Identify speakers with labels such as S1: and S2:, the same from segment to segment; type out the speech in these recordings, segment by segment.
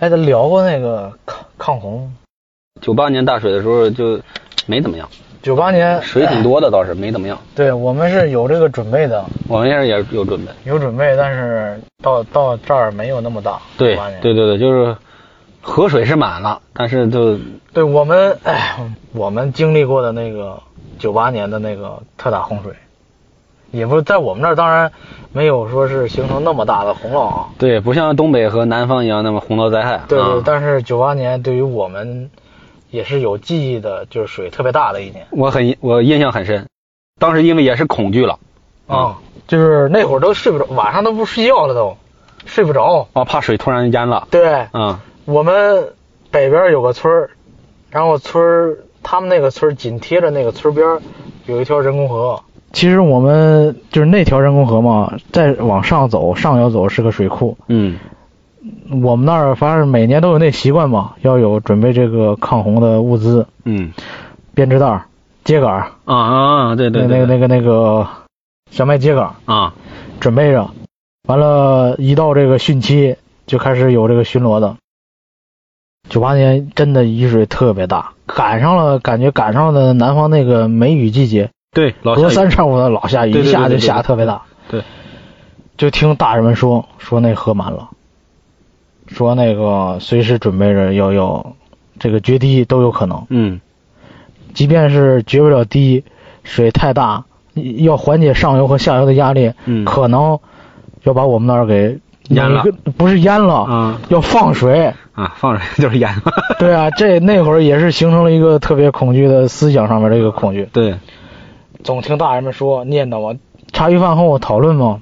S1: 哎，咱聊过那个抗抗洪，
S2: 九八年大水的时候就没怎么样，
S1: 九八年哎
S2: 水挺多的倒是没怎么样。
S1: 对我们是有这个准备的，
S2: 我们也是也是有准备。
S1: 有准备，但是到到这儿没有那么大。
S2: 对
S1: 98年
S2: 对对对，就是河水是满了，但是就
S1: 对我们，哎，我们经历过的那个九八年的那个特大洪水，也不是在我们那儿，当然没有说是形成那么大的洪涝啊。
S2: 对不像东北和南方一样那么洪涝灾害。
S1: 对对，
S2: 啊、
S1: 但是九八年对于我们也是有记忆的，就是水特别大的一年
S2: 我很我印象很深，当时因为也是恐惧了
S1: 啊、就是那会儿都睡不着，晚上都不睡觉了都，睡不着。
S2: 啊，怕水突然淹了。
S1: 对，
S2: 啊
S1: 我们北边有个村儿，然后村儿他们那个村儿紧贴着那个村边儿有一条人工河。其实我们就是那条人工河嘛，再往上走，上游走是个水库。
S2: 嗯
S1: 我们那儿反正每年都有那习惯嘛，要有准备这个抗洪的物资，
S2: 嗯
S1: 编织袋儿、秸秆儿，
S2: 啊啊啊对对
S1: 那
S2: 对
S1: 个那个那个小麦秸秆儿
S2: 啊
S1: 准备着。完了，一到这个汛期就开始有这个巡逻的。九八年真的雨水特别大，赶上了，感觉赶上了南方那个梅雨季节，
S2: 对老
S1: 隔
S2: 下雨
S1: 三差五的老下雨，
S2: 对
S1: 一
S2: 对对
S1: 下
S2: 对
S1: 就
S2: 对
S1: 下
S2: 对
S1: 特别大。
S2: 对
S1: 就听大人们说说那河满了，说那个随时准备着要要这个决堤都有可能，
S2: 嗯
S1: 即便是决不了堤，水太大，要缓解上游和下游的压力，
S2: 嗯
S1: 可能要把我们那儿给
S2: 淹了
S1: 某一个，不是淹了，
S2: 啊
S1: 要放 水。
S2: 啊放水就是淹了。
S1: 对啊，这那会儿也是形成了一个特别恐惧的思想上面的一个恐惧。
S2: 对
S1: 总听大人们说念叨嘛，茶余饭后讨论嘛，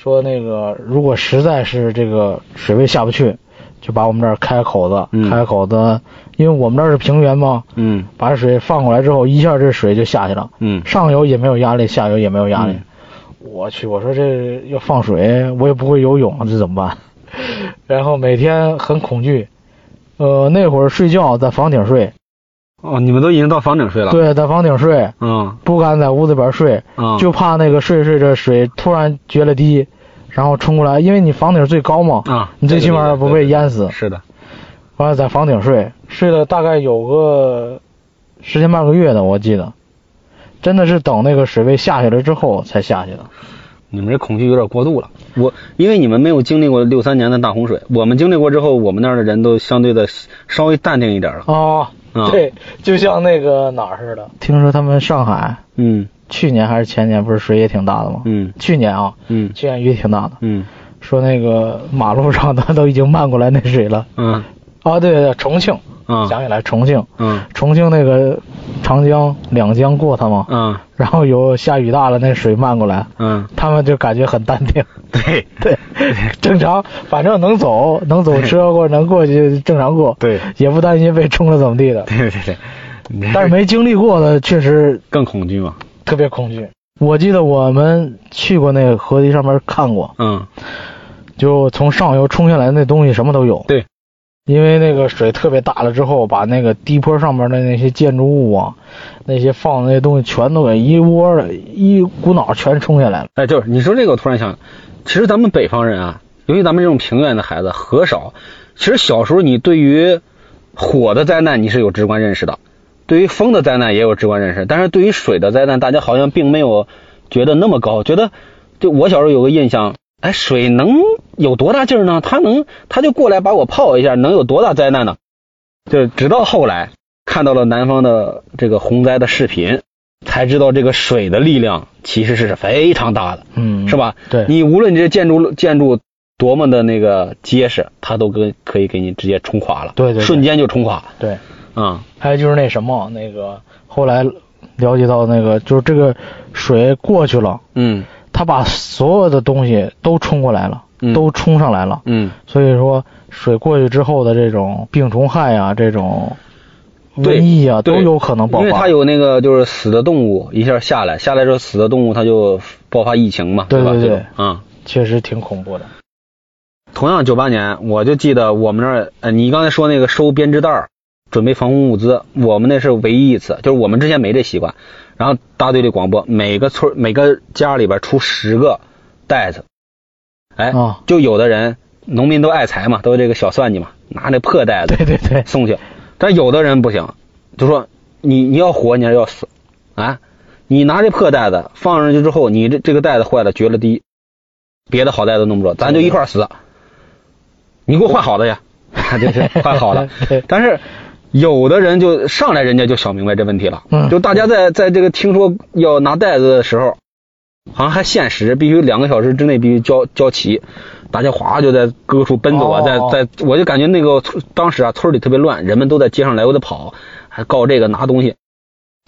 S1: 说那个如果实在是这个水位下不去，就把我们这儿开口子，
S2: 嗯
S1: 开口子，因为我们这儿是平原嘛，
S2: 嗯
S1: 把水放过来之后，一下这水就下去了，
S2: 嗯
S1: 上游也没有压力，下游也没有压力。
S2: 嗯
S1: 我去，我说这要放水，我也不会游泳，这怎么办？ 然后每天很恐惧，呃，那会儿睡觉在房顶睡，
S2: 哦你们都已经到房顶睡了。
S1: 对，在房顶睡，
S2: 嗯
S1: 不敢在屋子里边睡，
S2: 嗯
S1: 就怕那个睡着睡着水突然决了堤，然后冲过来，因为你房顶最高嘛，
S2: 啊
S1: 你最起码不被淹死。
S2: 是的
S1: 完了在房顶睡，睡了大概有个十天半个月的，我记得，真的是等那个水位下去了之后才下去的。
S2: 你们这恐惧有点过度了。我因为你们没有经历过六三年的大洪水，我们经历过之后，我们那儿的人都相对的稍微淡定一点了。
S1: 哦，
S2: 嗯
S1: 对，就像那个哪儿似的。听说他们上海
S2: 嗯
S1: 去年还是前年，不是水也挺大的吗？
S2: 嗯
S1: 去年啊，
S2: 嗯
S1: 去年雨挺大的，
S2: 嗯
S1: 说那个马路上它都已经漫过来那水了。
S2: 嗯
S1: 啊，对对对，重庆，
S2: 嗯
S1: 想起来重庆，
S2: 嗯
S1: 重庆那个长江两江过它嘛，
S2: 嗯
S1: 然后有下雨大了，那水漫过来，
S2: 嗯，
S1: 他们就感觉很淡定。
S2: 对
S1: 对，正常，反正能走，能 走车或者能过去，正常过。
S2: 对
S1: 也不担心被冲了怎么地的。
S2: 对对对，你这
S1: 但是没经历过的，确实
S2: 更恐惧嘛。
S1: 特别恐惧。我记得我们去过那个河堤上面看过，
S2: 嗯，
S1: 就从上游冲下来的那东西什么都有。
S2: 对，
S1: 因为那个水特别大了之后，把那个低坡上面的那些建筑物啊，那些放的那些东西全都给一窝的一股脑全冲下来了。
S2: 哎，就是你说这个，我突然想，其实咱们北方人啊，尤其咱们这种平原的孩子，河少。其实小时候你对于火的灾难你是有直观认识的，对于风的灾难也有直观认识，但是对于水的灾难，大家好像并没有觉得那么高。觉得就我小时候有个印象，哎，水能有多大劲儿呢？它能，它就过来把我泡一下，能有多大灾难呢？就直到后来看到了南方的这个洪灾的视频，才知道这个水的力量其实是非常大的。
S1: 嗯，
S2: 是？吧？
S1: 对
S2: 你无论你这建筑建筑多么的那个结实，它都跟可以给你直接冲垮了，
S1: 对对对
S2: 瞬间就冲垮了
S1: 对。
S2: 啊、
S1: 还有就是那什么，那个后来了解到那个，就是这个水过去了，
S2: 嗯
S1: 它把所有的东西都冲过来了，
S2: 嗯
S1: 都冲上来了。
S2: 嗯
S1: 所以说，水过去之后的这种病虫害啊，这种瘟疫啊，
S2: 对
S1: 都有可能爆发。
S2: 因为它有那个就是死的动物一下下来，下来之后死的动物它就爆发疫情嘛，
S1: 对
S2: 吧？
S1: 对
S2: 这
S1: 对
S2: 种啊、
S1: 确实挺恐怖的。
S2: 同样九八年，我就记得我们那儿，呃，你刚才说那个收编织袋儿，准备防空物资，我们那是唯一一次，就是我们之前没这习惯。然后大队里广播，每个村每个家里边出十个袋子，哎，
S1: 啊
S2: 就有的人农民都爱财嘛，都这个小算计嘛，拿那破袋子
S1: 对对对，
S2: 送去。但有的人不行，就说你你要活你还是要死啊？你拿这破袋子放上去之后，你这这个袋子坏了，绝了滴，别的好袋子弄不着，咱就一块儿死。你给我换好的呀， 就是换好的
S1: 对。
S2: 但是有的人就上来人家就想明白这问题了，
S1: 嗯
S2: 就大家在在这个听说要拿袋子的时候，好像还限时，必须两个小时之内必须交交齐，大家哗就在各处奔走啊，
S1: 哦
S2: 在在我就感觉那个村当时啊村里特别乱，人们都在街上来回的跑，还告这个拿东西，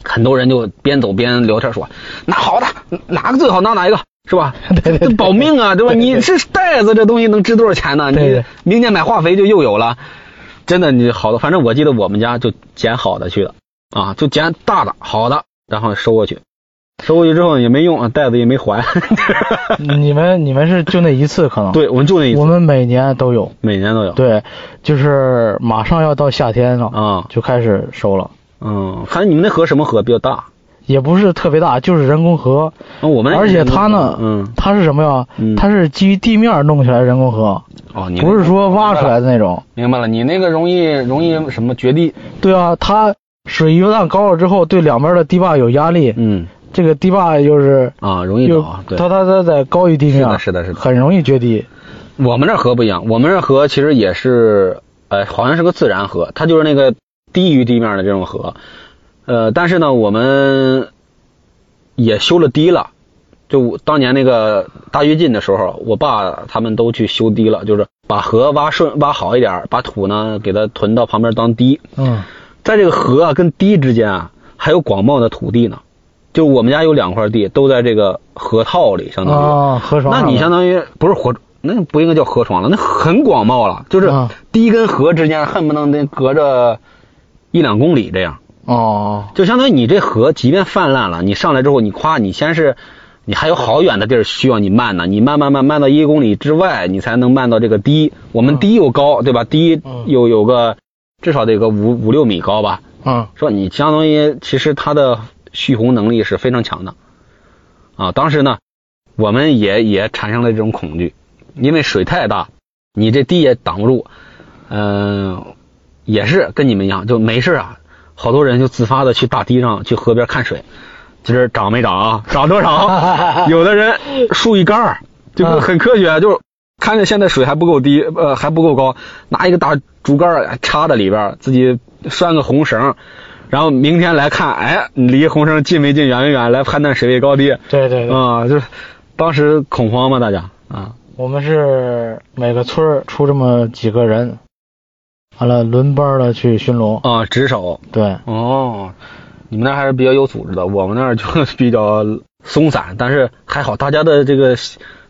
S2: 很多人就边走边聊天说拿好的，哪个最好拿哪一个。是吧？
S1: 对对对
S2: 这保命啊，对吧？你这袋子这东西能值多少钱呢？
S1: 对
S2: 你
S1: 对
S2: 明年买化肥就又有了，真的你好的，反正我记得我们家就捡好的去的啊，就捡大的好的，然后收过去，收过去之后也没用，啊，袋子也没还。
S1: 你们你们是就那一次可能？，
S2: 对，我们就那一
S1: 我
S2: 次，
S1: 们每年都有。
S2: 每年都有。
S1: 对，就是马上要到夏天了，
S2: 啊，
S1: 就开始收了，
S2: 嗯，看你们那河什么河比较大？
S1: 也不是特别大，就是人工河。
S2: 啊我们那
S1: 而且它呢，
S2: 嗯，
S1: 它是什么呀？
S2: 嗯
S1: 它是基于地面弄起来的人工河，
S2: 哦，你
S1: 不是说挖出来的那种。
S2: 明白了，你那个容易容易什么决堤？
S1: 对啊，它水一旦高了之后，对两边的堤坝有压力，
S2: 嗯，
S1: 这个堤坝又是
S2: 啊，容易
S1: 又
S2: 倒，对。
S1: 它它它在高于地面，
S2: 是的是的是的
S1: 很容易决堤。
S2: 我们这河不一样，我们这河其实也是，呃，好像是个自然河，它就是那个低于地面的这种河，呃，但是呢，我们也修了堤了。就我当年那个大跃进的时候，我爸他们都去修堤了，就是把河挖顺、挖好一点，把土呢给它囤到旁边当堤。
S1: 嗯，
S2: 在这个河啊跟堤之间啊，还有广袤的土地呢。就我们家有两块地，都在这个河套里，相当于。
S1: 啊，河床
S2: 那
S1: 上
S2: 你
S1: 面
S2: 相当于不是河，那不应该叫河床了，那很广袤了，就是
S1: 啊
S2: 堤跟河之间恨不能得隔着一两公里这样，
S1: 哦，
S2: 就相当于你这河即便泛滥了，你上来之后，你夸你先是。你还有好远的地儿需要你漫呢，你慢慢慢慢到一公里之外，你才能漫到这个堤。我们堤又高，对吧？堤
S1: 嗯
S2: 有有个至少得有个五五六米高吧，
S1: 嗯，
S2: 说你相当于其实它的蓄洪能力是非常强的，啊，当时呢，我们也也产生了这种恐惧，因为水太大，你这堤也挡不住，嗯、也是跟你们一样，就没事啊，好多人就自发的去大堤上去河边看水，今儿涨没涨啊，涨多少？有的人竖一杆儿，就
S1: 嗯
S2: 很科学，啊就是看着现在水还不够低，呃，还不够高，拿一个大竹竿儿插在里边儿，自己拴个红绳儿，然后明天来看，哎，你离红绳近没近，远没远，来判断水位高低。
S1: 对对对，
S2: 啊、就是当时恐慌嘛，大家啊，
S1: 我们是每个村儿出这么几个人，完了轮班的去巡逻。
S2: 啊，值守。
S1: 对，
S2: 哦，你们那儿还是比较有组织的，我们那儿就 比较松散，但是还好，大家的这个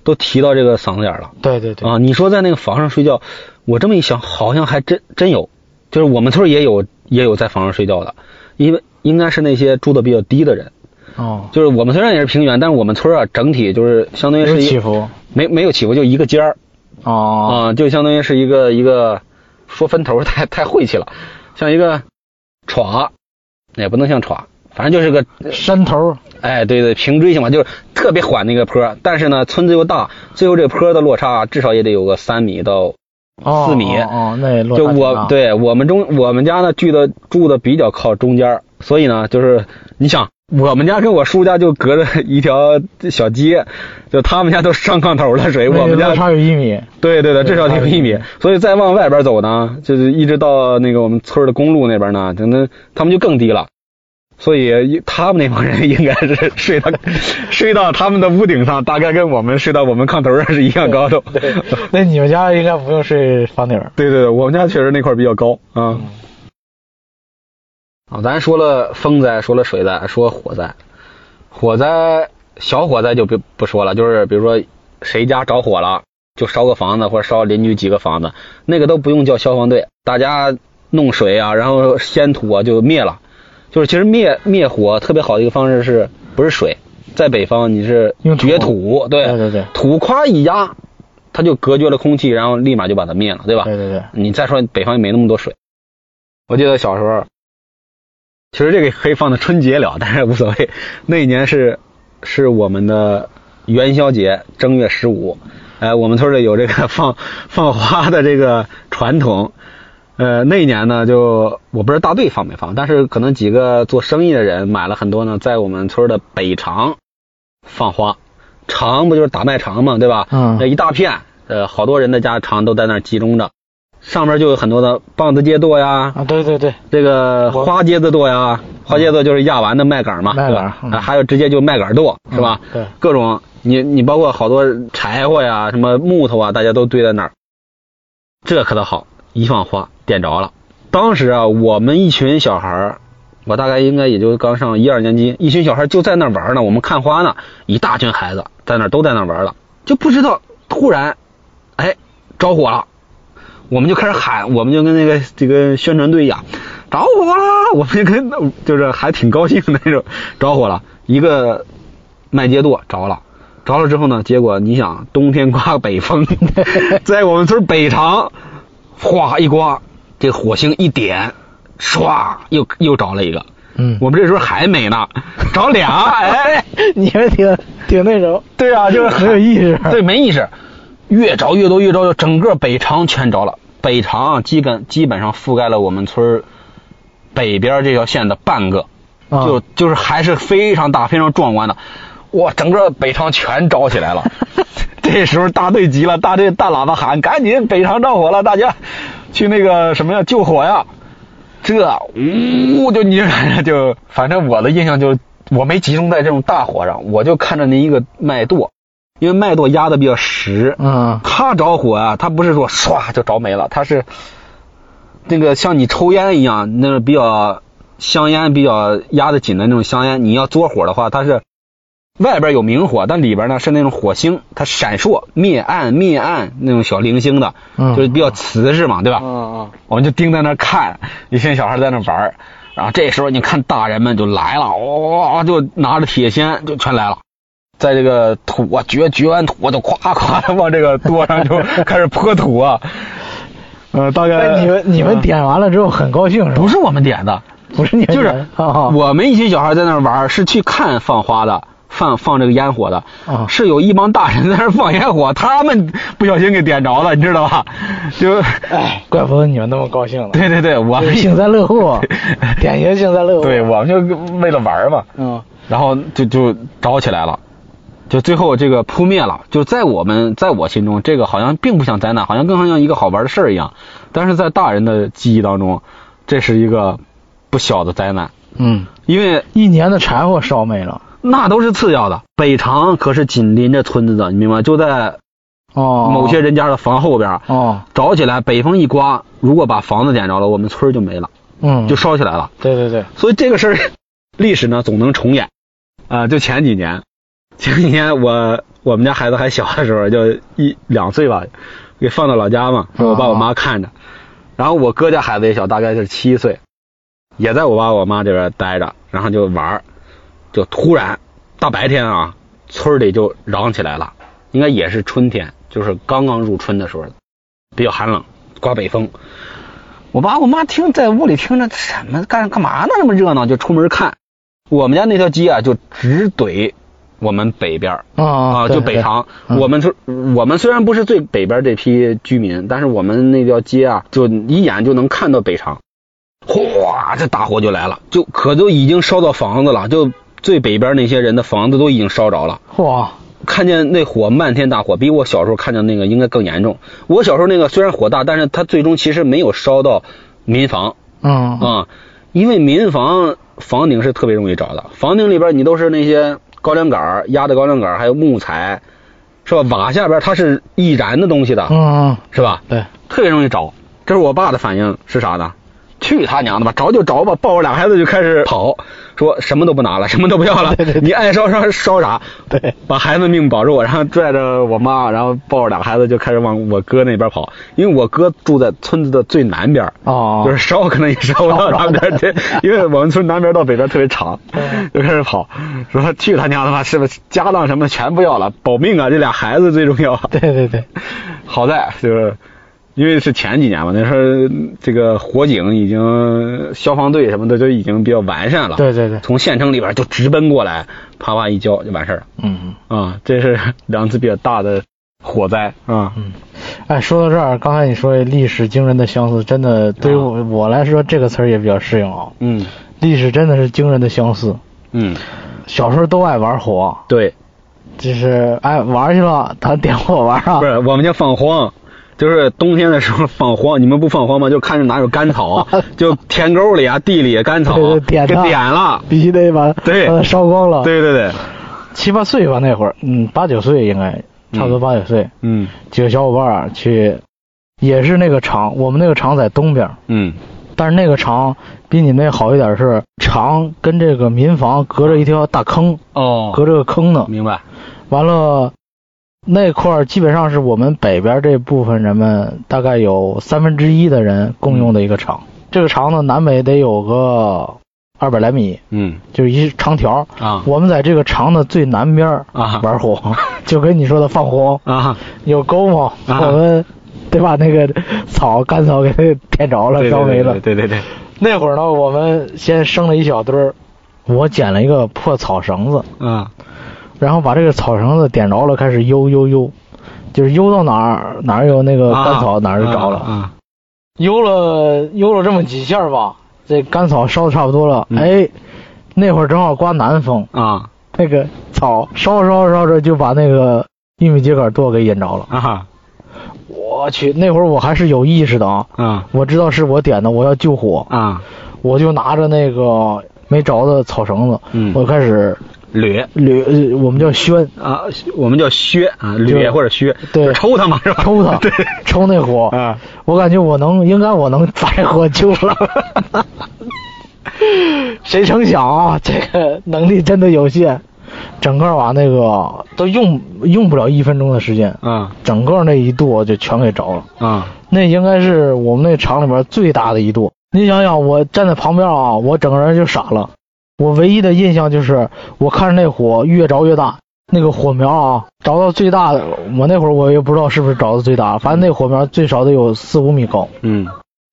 S2: 都提到这个嗓子眼儿了。
S1: 对对对，
S2: 啊，你说在那个房上睡觉，我这么一想，好像还真真有，就是我们村儿也有也有在房上睡觉的，因为应该是那些住的比较低的人，
S1: 哦，
S2: 就是我们虽然也是平原，但是我们村儿啊整体就是相当于
S1: 有
S2: 是一
S1: 起伏。
S2: 没没有起伏，就一个尖儿
S1: 哦，
S2: 啊、就相当于是一个一个说分头儿 太太晦气了，像一个欻，也不能像欻，反正就是个
S1: 山头儿
S2: 哎，对对，平锥形嘛，就是特别缓那个坡儿，但是呢村子又大，最后这坡儿的落差至少也得有个三米到
S1: 哦
S2: 四米
S1: 哦哦，那落
S2: 就
S1: 差挺大
S2: 我对我们中我们家呢住的住的比较靠中间儿，所以呢就是你想我们家跟我叔家就隔着一条小街，就他们家都上炕头了水，
S1: 那
S2: 我们
S1: 落
S2: 家
S1: 差有一米。
S2: 对对
S1: 对
S2: 对，至少得有一
S1: 差
S2: 米
S1: 不多，
S2: 所以再往外边走呢，就是一直到那个我们村儿的公路那边呢，就那他们就更低了。所以一他们那帮人应该是 睡到睡到他们的屋顶上，大概跟我们睡到我们炕头上是一样高度。 对
S1: 那你们家应该不用睡房顶儿。
S2: 对对，我们家确实那块儿比较高啊。
S1: 嗯
S2: 啊，咱说了风灾，说了水灾，说火灾，火灾小火灾就不不说了，就是比如说谁家着火了，就烧个房子或者烧邻居几个房子，那个都不用叫消防队，大家弄水啊，然后掀土啊就灭了。就是其实灭灭火特别好的一个方式是不是水？在北方你是
S1: 用土
S2: 掘土，对
S1: 对对对
S2: 土夸一压，它就隔绝了空气，然后立马就把它灭了，对吧？
S1: 对对对
S2: 你再说北方也没那么多水。我记得小时候，其实这个可以放到春节聊，但是无所谓。那一年是是我们的元宵节，正月十五。呃，我们村里有这个 放放花的这个传统。呃，那一年呢，就我不知道大队放没放，但是可能几个做生意的人买了很多呢，在我们村的北场放花。肠不就是打麦场嘛，对吧？
S1: 嗯
S2: 那一大片，呃，好多人的家常都在那儿集中着，上面就有很多的棒子街垛呀，
S1: 啊，对对对，
S2: 这个
S1: 我嗯
S2: 花街子垛呀，花街子就是压完的麦秆嘛，
S1: 麦秆
S2: 对吧
S1: 嗯
S2: 啊还有直接就麦秆垛是吧？
S1: 嗯对
S2: 各种你你包括好多柴火呀、什么木头啊，大家都堆在那儿，这可倒好，一放花点着了。当时啊，我们一群小孩儿，我大概应该也就刚上一二年级，一群小孩儿就在那儿玩呢，我们看花呢，一大群孩子在那儿都在那儿玩了，就不知道突然，哎，着火了。我们就开始喊，我们就跟那个这个宣传队一样，着火了！我们就跟就是还挺高兴的那种，着火了，一个麦秸垛着了，着了之后呢，结果你想冬天刮北风， 在我们村北长，哗一刮，这火星一点，唰又又着了一个，
S1: 嗯，
S2: 我们这时候还美呢，着俩，哎，
S1: 你还挺挺那什么，
S2: 对啊，就是
S1: 很有意识
S2: 对，没意识，越着越多，越着越整个北长全着了。北长啊基本基本上覆盖了我们村儿北边这条线的半个，
S1: 啊
S2: 就就是还是非常大、非常壮观的。哇，整个北长全着起来了。这时候大队急了，大队大喇叭喊：“赶紧，北长着火了，大家去那个什么呀，救火呀！”这呜就你就反正我的印象就是我没集中在这种大火上，我就看着那一个麦垛，因为麦垛压的比较实，
S1: 嗯
S2: 它着火啊，它不是说唰就着没了，它是那个像你抽烟一样，那种比较香烟比较压得紧的那种香烟，你要着火的话，它是外边有明火，但里边呢是那种火星，它闪烁灭暗灭暗那种小零星的，
S1: 嗯
S2: 就是比较瓷实嘛，对吧？
S1: 嗯
S2: 我们就盯在那儿看，一群小孩在那玩儿然后这时候你看大人们就来了，哇、就拿着铁锨就全来了，在这个土啊掘掘完土就夸夸的往这个垛上就开始泼土啊，呃，大概
S1: 哎，你们你们
S2: 嗯
S1: 点完了之后很高兴是吧？
S2: 不是我们点的，
S1: 不是你们
S2: 就是
S1: 点啊，
S2: 我们一群小孩在那玩儿是去看放花的。放放这个烟火的，
S1: 啊
S2: 是有一帮大人在那儿放烟火，他们不小心给点着了，你知道吧？就，
S1: 哎，怪不得你们那么高兴呢。
S2: 对对对，我
S1: 就是
S2: 们
S1: 幸灾乐祸
S2: 对，
S1: 典型幸灾乐祸。
S2: 对，我们就为了玩儿嘛，
S1: 嗯
S2: 然后就就着起来了，就最后这个扑灭了。就在我们在我心中，这个好像并不像灾难，好像更像一个好玩的事儿一样。但是在大人的记忆当中，这是一个不小的灾难，
S1: 嗯，
S2: 因为
S1: 一年的柴火烧没了。
S2: 那都是次要的。北长可是紧邻着村子的，你明白吗？就在
S1: 哦，
S2: 某些人家的房后边儿，
S1: 哦，
S2: 着起来，北风一刮，如果把房子点着了，我们村儿就没了，
S1: 嗯，
S2: 就烧起来了。
S1: 对对对，
S2: 所以这个事儿， 历史呢总能重演。啊、就前几年，前几年我我们家孩子还小的时候，就一两岁吧，给放到老家嘛，是我爸我妈看着。然后我哥家孩子也小，大概是七岁，也在我爸我妈这边待着，然后就玩儿，就突然大白天啊，村儿里就嚷起来了，应该也是春天，就是刚刚入春的时候，比较寒冷，刮北风。我爸我妈听在屋里听着什么干干嘛呢？这么热闹，就出门看。我们家那条街啊，就直怼我们北边儿
S1: 啊
S2: 啊，
S1: 对
S2: 就北长。
S1: 对嗯
S2: 我们村我们虽然不是最北边这批居民，但是我们那条街啊，就一眼就能看到北长。哗，这大火就来了，就可都已经烧到房子了，就最北边那些人的房子都已经烧着了。
S1: 哇，
S2: 看见那火漫天大火，比我小时候看见那个应该更严重。我小时候那个虽然火大，但是它最终其实没有烧到民房，
S1: 嗯
S2: 啊、因为民房房顶是特别容易着的，房顶里边你都是那些高粱杆儿压的高粱杆儿，还有木材，是吧？瓦下边它是易燃的东西的，
S1: 嗯，
S2: 是吧？
S1: 对，
S2: 特别容易着。这是我爸的反应是啥呢？去他娘的吧，着就着吧，抱着俩孩子就开始跑，说什么都不拿了，什么都不要 了，你爱烧烧烧啥，
S1: 对，
S2: 把孩子命保住我，然后拽着我妈，然后抱着俩孩子就开始往我哥那边跑，因为我哥住在村子的最南边，
S1: 哦
S2: 就是烧可能也烧不到南边，对，因为我们村南边到北边特别长，就开始跑，说去他娘的吧，是不是家当什么全不要了，保命啊，这俩孩子最重要。啊
S1: 对对对，
S2: 好在就是因为是前几年嘛，那时候这个火警已经消防队什么的都已经比较完善了，
S1: 对对对
S2: 从县城里边就直奔过来，啪啪一浇就完事儿了。
S1: 嗯。
S2: 啊，这是两次比较大的火灾啊。嗯，
S1: 哎，说到这儿，刚才你说历史惊人的相似，真的对于我、
S2: 啊
S1: 我来说，这个词儿也比较适应啊。
S2: 嗯
S1: 历史真的是惊人的相似。
S2: 嗯，
S1: 小时候都爱玩火，
S2: 对，
S1: 就是哎玩去了，咱点火玩啊
S2: 不。是我们家放荒。就是冬天的时候放荒，你们不放荒吗？就看着哪有干 草，就田沟里啊、地里干草，
S1: 对对点
S2: 哦给
S1: 它
S2: 点了。
S1: 必须得把
S2: 对
S1: 把它烧光了。，
S2: 对对对，
S1: 七八岁吧那会儿，嗯，八九岁应该差不多
S2: 嗯
S1: 八九岁，
S2: 嗯
S1: 几个小伙伴儿去，也是那个厂，我们那个厂在东边儿，
S2: 嗯，
S1: 但是那个厂比你那好一点儿是，厂跟这个民房隔着一条大坑，
S2: 哦
S1: 隔着个坑呢。
S2: 明白。
S1: 完了，那块儿基本上是我们北边这部分人们大概有三分之一的人共用的一个厂。这个厂呢，南北得有个二百来米，
S2: 嗯
S1: 就是一长条。
S2: 啊
S1: 我们在这个厂的最南边儿
S2: 啊
S1: 玩火， 就跟你说的放火，
S2: 啊，
S1: 有沟嘛，
S2: 啊
S1: 我们得把那个草干草给它点着了，
S2: 对
S1: 烧没了。
S2: 对对对对，
S1: 那会儿呢，我们先生了一小堆儿，我捡了一个破草绳子，
S2: 对啊
S1: 然后把这个草绳子点着了，开始悠悠悠，就是悠到哪儿哪儿有那个干呃草、
S2: 啊
S1: 哪儿就着了，
S2: 啊
S1: 悠了悠了这么几下儿吧，这干草烧的差不多了，
S2: 嗯
S1: 哎，那会儿正好刮南风，
S2: 啊
S1: 那个草烧着烧着烧着就把那个玉米秸秆垛给引着了，
S2: 啊
S1: 我去，那会儿我还是有意识的啊，
S2: 啊
S1: 我知道是我点的，我要救火，
S2: 啊，
S1: 我就拿着那个没着的草绳子，
S2: 嗯
S1: 我开始
S2: 捋
S1: 捋，呃我们叫宣，
S2: 啊，我们叫削啊，
S1: 就是
S2: 捋或者削，
S1: 对
S2: 就抽它嘛是吧？
S1: 抽它
S2: 对，
S1: 抽那火，
S2: 啊
S1: 我感觉我能，应该我能把这火救了。 谁成想啊，这个能力真的有限，整个把那个都用用不了一分钟的时间，
S2: 啊
S1: 整个那一垛就全给着了。
S2: 啊
S1: 那应该是我们那厂里边最大的一垛。你想想，我站在旁边啊，我整个人就傻了。我唯一的印象就是，我看着那火越着越大，那个火苗啊，着到最大的，我那会儿我也不知道是不是着的最大，反正那火苗最少得有四五米高，
S2: 嗯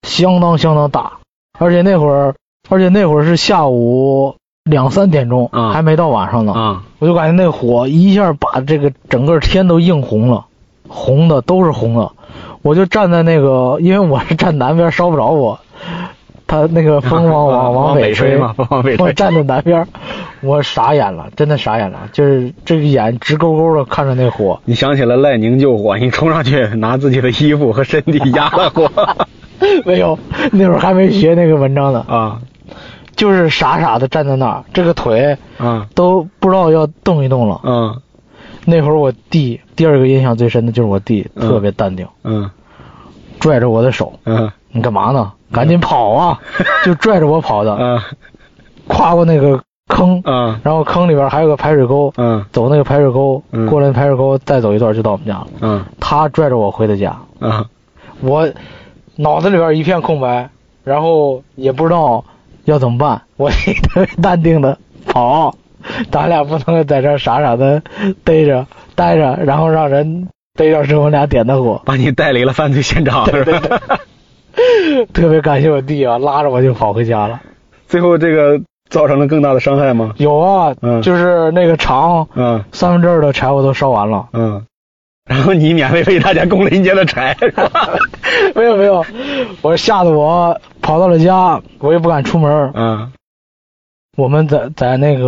S1: 相当相当大。而且那会儿，而且那会儿是下午两三点钟，
S2: 啊
S1: 还没到晚上呢。
S2: 啊
S1: 我就感觉那火一下把这个整个天都映红了，红的都是红的。我就站在那个，因为我是站南边，烧不着我。他那个风往
S2: 啊
S1: 往
S2: 往北
S1: 北
S2: 吹嘛往北吹
S1: 我站在南边，我傻眼了，真的傻眼了，就是这个眼直勾勾的看着那火。
S2: 你想起了赖宁救火，你冲上去拿自己的衣服和身体压了火
S1: 没有，那会儿还没学那个文章呢，
S2: 啊
S1: 就是傻傻的站在那儿，这个腿
S2: 啊
S1: 都不知道要动一动了。
S2: 啊
S1: 那会儿我弟第二个印象最深的就是我弟
S2: 嗯
S1: 特别淡定，
S2: 嗯
S1: 拽着我的手，
S2: 嗯
S1: 你干嘛呢？赶紧跑 啊！就拽着我跑的，
S2: 啊
S1: 跨过那个坑，
S2: 啊
S1: 然后坑里边还有个排水沟，
S2: 嗯
S1: 走那个排水沟，
S2: 嗯
S1: 过了那排水沟，再走一段就到我们家了。
S2: 啊
S1: 他拽着我回的家，
S2: 啊
S1: 我脑子里边一片空白，然后也不知道要怎么办，我特别淡定的跑，咱俩不能在这儿傻傻的逮着待着，然后让人逮着是我们俩点的火。
S2: 把你带离了犯罪现场，是吧？
S1: 特别感谢我弟啊，拉着我就跑回家了。
S2: 最后这个造成了更大的伤害吗？
S1: 有啊，
S2: 嗯
S1: 就是那个长
S2: 嗯，
S1: 三分之二的柴火都烧完了
S2: 嗯，然后你免费为大家供了一节的柴，是吧？
S1: 没有没有，我吓得我跑到了家，我也不敢出门儿。
S2: 嗯
S1: 我们在在那个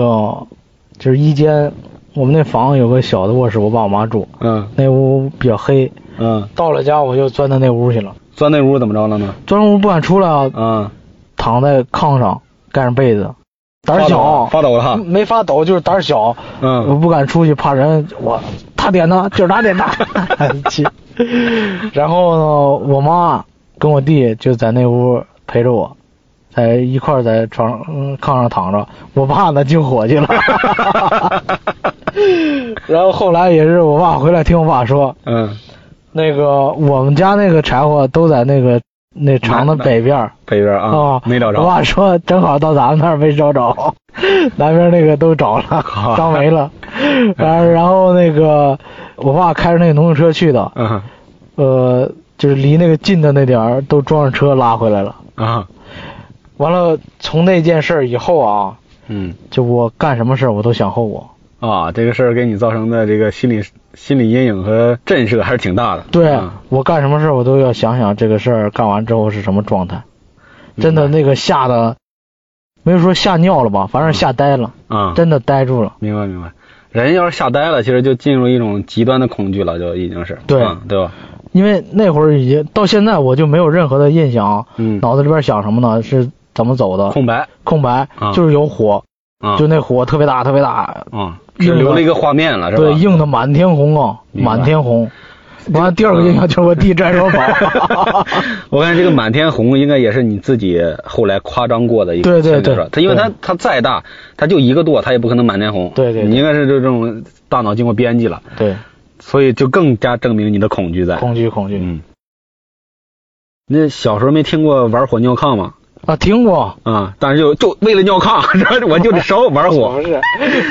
S1: 就是一间，我们那房有个小的卧室，我爸我妈住，
S2: 嗯
S1: 那屋比较黑。
S2: 嗯，
S1: 到了家我就钻到那屋去了，
S2: 钻那屋怎么着了呢？
S1: 钻屋不敢出来啊，
S2: 啊，
S1: 躺在炕上盖上被子，胆儿
S2: 发抖
S1: 小，哦
S2: 发抖了。
S1: 没发抖，就是胆儿小，
S2: 嗯
S1: 我不敢出去，怕人。我他点的，就是他点哎的，气。然后呢，我妈跟我弟就在那屋陪着我，在一块儿在床、嗯炕上躺着，我爸呢进火去了。然后后来也是我爸回来听我爸说，
S2: 嗯，
S1: 那个我们家那个柴火都在那个那厂的北边儿
S2: 北边啊，
S1: 哦
S2: 没找着。
S1: 我爸说正好到咱们那儿没找着，南边那个都找了，烧没 了。然后然后那个我爸开着那个农用车去的，
S2: 嗯
S1: 呃，就是离那个近的那点儿都装上车拉回来了。
S2: 啊，
S1: 完了，从那件事儿以后啊，
S2: 嗯
S1: 就我干什么事儿我都想后果。
S2: 啊，这个事儿给你造成的这个心理心理阴影和震慑还是挺大的。
S1: 对、
S2: 啊
S1: 我干什么事儿我都要想想这个事儿干完之后是什么状态。真的
S2: 明白
S1: 那个吓得，没有说吓尿了吧，反正吓呆了，
S2: 啊，
S1: 真的呆住了。
S2: 明白明白。人要是吓呆了，其实就进入一种极端的恐惧了，就已经是
S1: 对
S2: 嗯对吧？
S1: 因为那会儿已经到现在我就没有任何的印象，
S2: 嗯，
S1: 脑子里边想什么呢？是怎么走的？
S2: 空白
S1: 空白
S2: 啊，
S1: 就是有火，
S2: 啊，
S1: 就那火特别大，特别大，
S2: 啊，只留了一个画面了，是吧？
S1: 对，映的满天红啊，
S2: 明白
S1: 满天红。完了，第二个印象就是我弟拽手跑，
S2: 我看这个满天红应该也是你自己后来夸张过的一个
S1: 对对
S2: 现象
S1: 对
S2: 是吧它因为它
S1: 对
S2: 它再大，它就一个舵，它也不可能满天红。
S1: 对对对
S2: 你应该是这种大脑经过编辑了，
S1: 对，
S2: 所以就更加证明你的恐惧在。
S1: 恐惧恐惧
S2: 嗯。那小时候没听过玩火尿炕吗？
S1: 啊，听过，
S2: 啊，但是就就为了尿炕， 然后我就得烧玩火。
S1: 不是，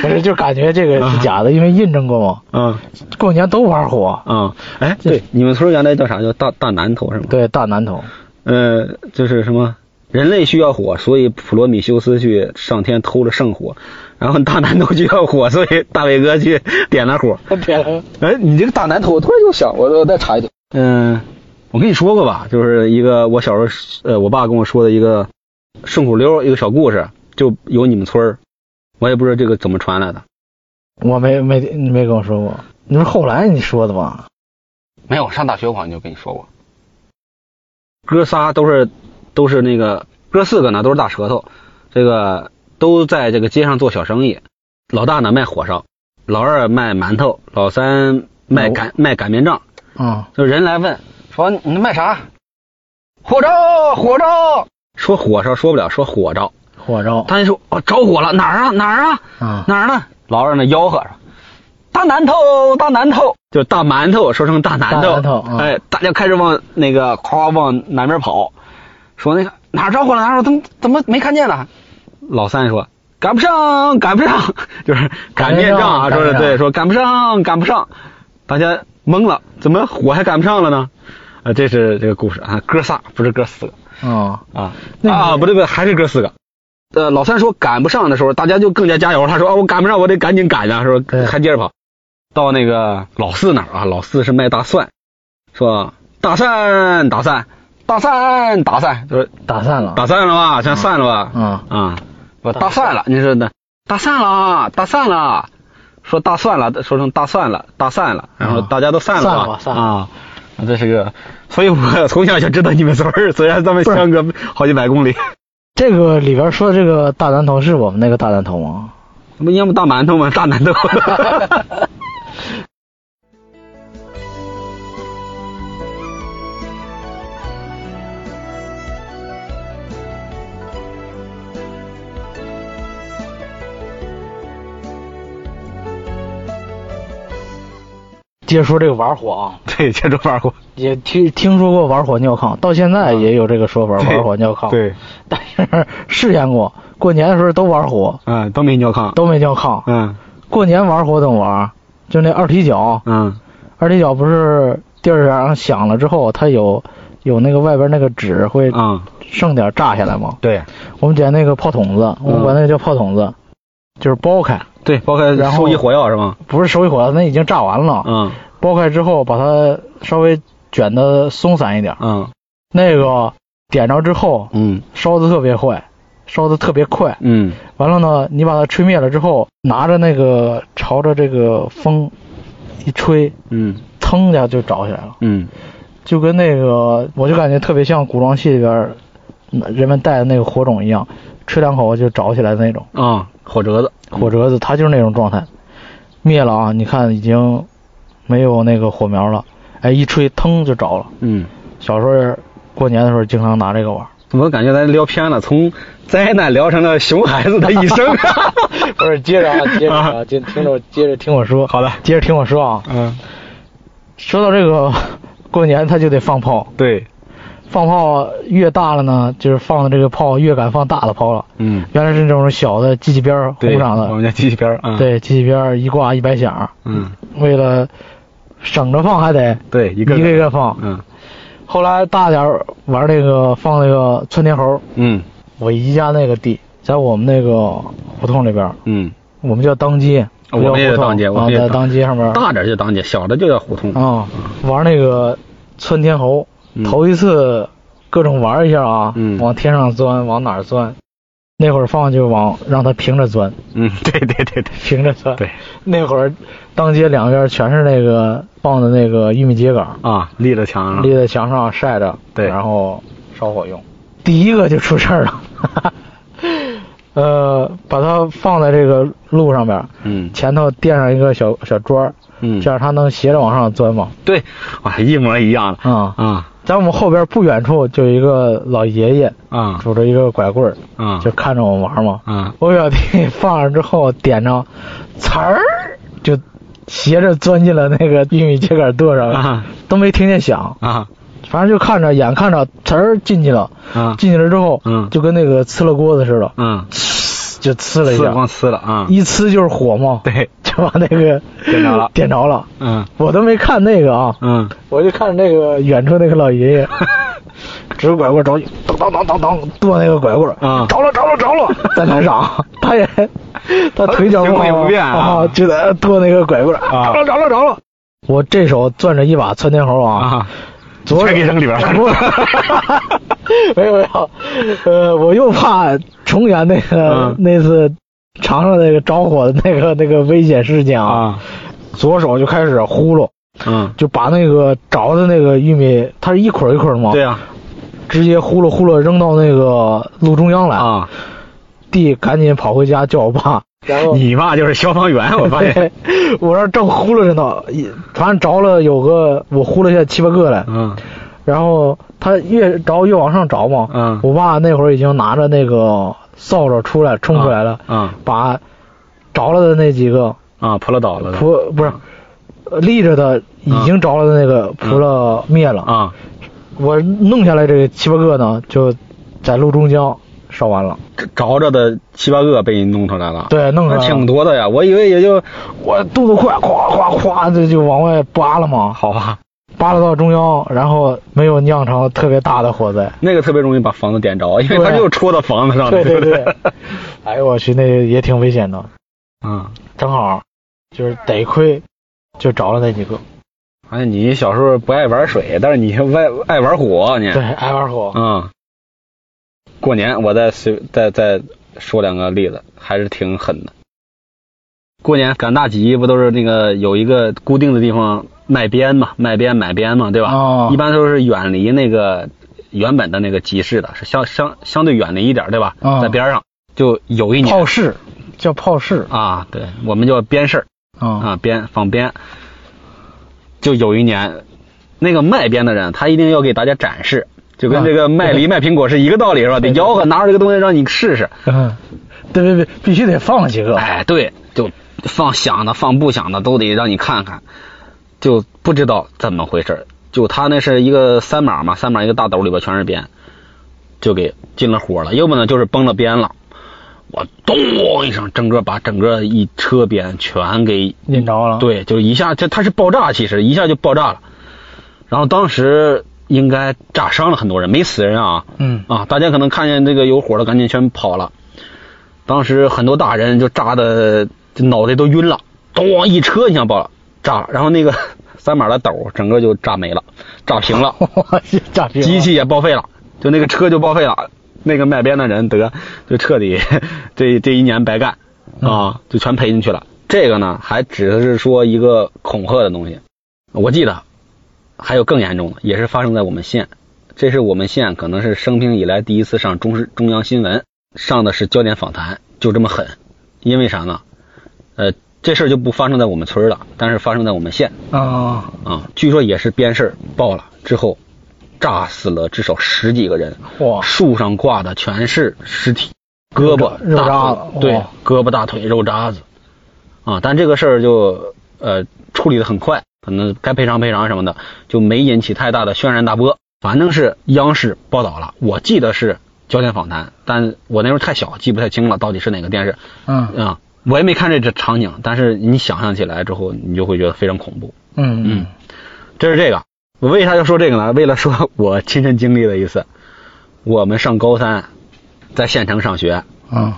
S1: 不是，就感觉这个是假 的，因为印证过嘛，
S2: 啊
S1: 过年都玩火，
S2: 啊，哎，
S1: 这
S2: 对，你们村儿原来叫啥？叫大大南头是吗？
S1: 对，大南头，
S2: 呃，就是什么，人类需要火，所以普罗米修斯去上天偷了圣火，然后大南头需要火，所以大伟哥去点了火。
S1: 对，
S2: 哎，你这个大南头，我突然又想，我我再查一顿。嗯、我跟你说过吧，就是一个我小时候，呃，我爸跟我说的一个顺口溜，一个小故事，就有你们村儿，我也不知道这个怎么传来的。
S1: 我没没你没跟我说过，你是后来你说的吧？
S2: 没有，上大学我好像就跟你说过，哥仨都是都是那个哥四个呢都是大舌头，这个都在这个街上做小生意，老大呢卖火烧，老二卖馒头，老三卖擀卖擀面杖，
S1: 嗯，
S2: 就人来问说你卖啥？火烧火烧，说火烧说不了，说火烧，
S1: 火烧
S2: 他一说哦着火了哪儿啊哪儿啊
S1: 啊，
S2: 哪儿呢？老二呢吆喝着：“大馒头，大馒头！”就是大馒头，说成大馒头。
S1: 大馒头嗯
S2: 哎，大家开始往那个夸往南边跑，说那个哪儿着火了？哪儿着火了？怎么怎么没看见了？老三说：“赶不上，赶不上！” 就是
S1: 赶
S2: 擀
S1: 不上
S2: 面杖啊，
S1: 赶不
S2: 说是
S1: 上
S2: 对，说赶不上，赶不上。大家懵了，怎么火还赶不上了呢？啊，这是这个故事啊，哥仨不是哥四个。
S1: 啊，
S2: 啊
S1: 那
S2: 啊，
S1: 你
S2: 不对不对，还是哥四个。呃，老三说赶不上的时候，大家就更加加油。他说啊，我赶不上，我得赶紧赶啊，说
S1: 对
S2: 还接着跑。到那个老四那儿啊，老四是卖大蒜，说打散打散打散打散，就是
S1: 打散了，
S2: 打散了吧，全散了吧，
S1: 啊
S2: 啊，我大蒜了，你说呢？大散了啊，大散了，说大蒜了，说成大蒜了，大散了，然后
S1: 啊
S2: 大家都散
S1: 散
S2: 了
S1: 了
S2: 吧，
S1: 散了
S2: 啊，这是个，所以我从小就知道你们村儿，虽 然咱们
S1: 不是
S2: 相隔好几百公里，
S1: 这个里边说的这个大南头是我们那个大南头吗？
S2: 不要么大馒头吗？大馒头。
S1: 接着说这个玩火啊，
S2: 对，接着玩火，
S1: 也听听说过玩火尿炕，到现在也有这个说法，
S2: 对
S1: 玩火尿炕。
S2: 对，
S1: 但是试验过，过年的时候都玩火，
S2: 嗯，都没尿炕，
S1: 都没尿炕。
S2: 嗯
S1: 过年玩火怎么玩？就那二踢脚，
S2: 嗯
S1: 二踢脚不是地儿上响了之后，它有有那个外边那个纸会
S2: 嗯，
S1: 剩点炸下来吗？
S2: 对
S1: 我们捡那个炮筒子，我们管那个叫炮筒子，就是剥开，
S2: 对，包括
S1: 然后
S2: 收集火药是吗？
S1: 不是手一火，那已经炸完了。
S2: 嗯
S1: 剥开之后，把它稍微卷的松散一点。
S2: 嗯
S1: 那个点着之后，
S2: 嗯
S1: 烧的特别快，烧的特别快。
S2: 嗯
S1: 完了呢，你把它吹灭了之后，拿着那个朝着这个风一吹，
S2: 嗯
S1: 腾一下就着起来了，
S2: 嗯
S1: 就跟那个我就感觉特别像古装戏里边儿人们带的那个火种一样，吹两口就着起来的那种。
S2: 啊，火折子，
S1: 火折子，它就是那种状态。灭了啊，你看已经没有那个火苗了，哎，一吹腾就着了。
S2: 嗯
S1: 小时候过年的时候经常拿这个玩儿，
S2: 怎么感觉咱聊偏了？从灾难聊成了熊孩子的一生。
S1: 不是，接着啊，接着啊，接听着，接着听我说。
S2: 好的
S1: 接着听我说啊。
S2: 嗯，
S1: 说到这个， 过年他就得放炮，
S2: 对，
S1: 放炮越大了呢，就是放的这个炮越敢放大的炮了。
S2: 嗯，
S1: 原来是那种小的机器边儿
S2: 对，
S1: 红场
S2: 我
S1: 的，
S2: 们家机器边儿啊。，
S1: 对，机器边儿一挂一百响，
S2: 嗯，
S1: 为了省着放还得
S2: 对，
S1: 一
S2: 个
S1: 一
S2: 一
S1: 个放。
S2: 嗯
S1: 后来大点儿玩那个放那个窜天猴，
S2: 嗯
S1: 我姨家那个地在我们那个胡同里边儿，
S2: 嗯，
S1: 我们叫当街，
S2: 哦我们也
S1: 叫胡
S2: 是
S1: 同
S2: 当街，我
S1: 啊
S2: 们也
S1: 在
S2: 是
S1: 当街上面儿
S2: 大点就当街，小的就叫胡同。
S1: 啊、玩那个窜天猴，
S2: 嗯
S1: 头一次各种玩一下啊，
S2: 嗯
S1: 往天上钻，往哪儿钻？那会儿放就往让它平着钻，
S2: 嗯， 对对对对
S1: 平着钻。
S2: 对，
S1: 那会儿当街两边全是那个放的那个玉米秸秆儿，
S2: 啊，立在墙上。
S1: 立在墙上晒着，
S2: 对
S1: 然后烧火用。第一个就出事儿了， 呃，把它放在这个路上边儿，
S2: 嗯
S1: 前头垫上一个小小砖儿，
S2: 嗯，
S1: 这样它能斜着往上钻嘛。
S2: 对，哇，一模一样的。
S1: 啊、
S2: 啊
S1: 在我们后边不远处就有一个老爷爷，
S2: 啊
S1: 拄着一个拐棍儿，
S2: 啊
S1: 就看着我们玩嘛。
S2: 啊！
S1: 我表弟 放上之后点着，呲儿就斜着钻进了那个玉米秸秆垛上，
S2: 啊
S1: 都没听见响，
S2: 啊
S1: 反正就看着眼看着呲儿进去了，
S2: 啊！
S1: 进去了之后，
S2: 嗯
S1: 就跟那个呲了锅子似的，
S2: 嗯，
S1: 就呲了一
S2: 呲了
S1: 下，
S2: 光呲了啊！
S1: 一呲就是火嘛，
S2: 对，
S1: 就把那个
S2: 点着了
S1: 点着了。
S2: 嗯
S1: 我都没看那个啊，
S2: 嗯
S1: 我就看那个远处那个老爷爷，指着拐棍着急，当当当当当剁那个拐棍，
S2: 嗯啊
S1: 着了着了着了，在那 上，他也他腿脚
S2: 行为
S1: 好
S2: 不便啊
S1: 就在那剁那个拐棍，
S2: 啊
S1: 着了着了着了。我这手攥着一把窜天猴啊，
S2: 啊，
S1: 左手
S2: 全给扔里边 了
S1: 不是没有没有，呃，我又怕重演那个
S2: 嗯
S1: 那次尝尝那个着火的那个那个危险事件 啊，
S2: 啊
S1: 左手就开始呼噜。
S2: 嗯，
S1: 就把那个着的那个玉米，它是一捆儿一捆儿的嘛，
S2: 嗯对，呀
S1: 直接呼噜呼噜扔到那个路中央来。，
S2: 啊，
S1: 弟赶紧跑回家叫我爸， 然后
S2: 你嘛就是消 防员，我发现，
S1: 我这正呼噜着呢，一反正着了有个我呼噜下七八个来，
S2: 嗯
S1: 然后它越着越往上着嘛。
S2: 嗯
S1: 我爸那会儿已经拿着那个扫帚出来冲出来了，
S2: 嗯
S1: 把着了的那几个
S2: 啊，扑了倒了的
S1: 扑不是。呃立着的已经着了的那个扑了灭了，
S2: 啊，
S1: 我弄下来这七八个呢，就在路中央烧完了。
S2: 这着着的七八个被你弄出来了，
S1: 对弄出来了
S2: 还挺多的呀，我以为也就
S1: 我动作快，咵咵咵，这就往外扒拉嘛，
S2: 好吧，
S1: 扒拉到中央，然后没有酿成特别大的火灾。
S2: 那个特别容易把房子点着，因为它
S1: 对啊
S2: 就戳到房子上了，
S1: 对
S2: 对
S1: 对
S2: 不
S1: 对， 哎呦我去，那也挺危险的。
S2: 嗯，
S1: 正好就是得亏就着了那几个，
S2: 哎，你小时候不爱玩水，但是你爱爱玩火，你
S1: 对，挨玩火。
S2: 嗯，过年我再随再再说两个例子，还是挺狠的。过年赶大集不都是那个有一个固定的地方卖鞭嘛，卖鞭买鞭嘛，对吧？
S1: 哦
S2: 一般都是远离那个原本的那个集市的，是相相相对远离一点，对吧？
S1: 哦
S2: 在边上就有一年
S1: 炮市叫炮市
S2: 啊，对我们叫鞭事儿。
S1: 啊
S2: 啊，编仿编，就有一年，那个卖鞭的人，他一定要给大家展示，就跟这
S1: 啊
S2: 个卖 梨、卖苹果是一个道理，是吧？得
S1: 对对
S2: 吆喝，拿着这个东西让你试试。
S1: 嗯， 对对对，必须得放几个。
S2: 哎，对，就放响的、放不响的都得让你看看，就不知道怎么回事儿。就他那是一个三码嘛，三码一个大斗里边全是鞭，就给进了火了。要不呢就是崩了鞭了，我咚一声，整个把整个一车鞭全给
S1: 引着了。，
S2: 对，就是一下，这它是爆炸，其实一下就爆炸了。然后当时应该炸伤了很多人，没死人啊
S1: 嗯，
S2: 啊！大家可能看见这个有火了，赶紧全跑了。当时很多大人就炸的这脑袋都晕了，咣一车一下爆了，炸了。然后那个 三马的斗整个就炸没了，炸平了
S1: 我去，炸平了
S2: 机器也报废了，就那个车就报废了。那个卖鞭的人得就彻底 这这一年白干
S1: 嗯
S2: 啊，就全赔进去了。这个呢，还只是说一个恐吓的东西。我记得还有更严重的，也是发生在我们县。这是我们县可能是生平以来第一次上中视中央新闻，上的是焦点访谈，就这么狠。因为啥呢？呃，这事儿就不发生在我们村儿了，但是发生在我们县。
S1: 啊
S2: 啊，据说也是鞭事儿爆了之后，炸死了至少十几个人，
S1: 哇
S2: 树上挂的全是尸体，胳膊、
S1: 肉渣
S2: 大
S1: 肉渣
S2: 腿，对
S1: 哇，
S2: 胳膊、大腿、肉渣子，啊，但这个事儿就呃处理的很快，可能该赔偿赔偿什么的，就没引起太大的轩然大波。反正是央视报道了，我记得是焦点访谈，但我那时候太小，记不太清了，到底是哪个电视。
S1: 嗯
S2: 啊、我也没看这这场景，但是你想象起来之后，你就会觉得非常恐怖。
S1: 嗯
S2: 嗯，这是这个。我为啥要说这个呢？为了说我亲身经历的一次。我们上高三，在县城上学，
S1: 嗯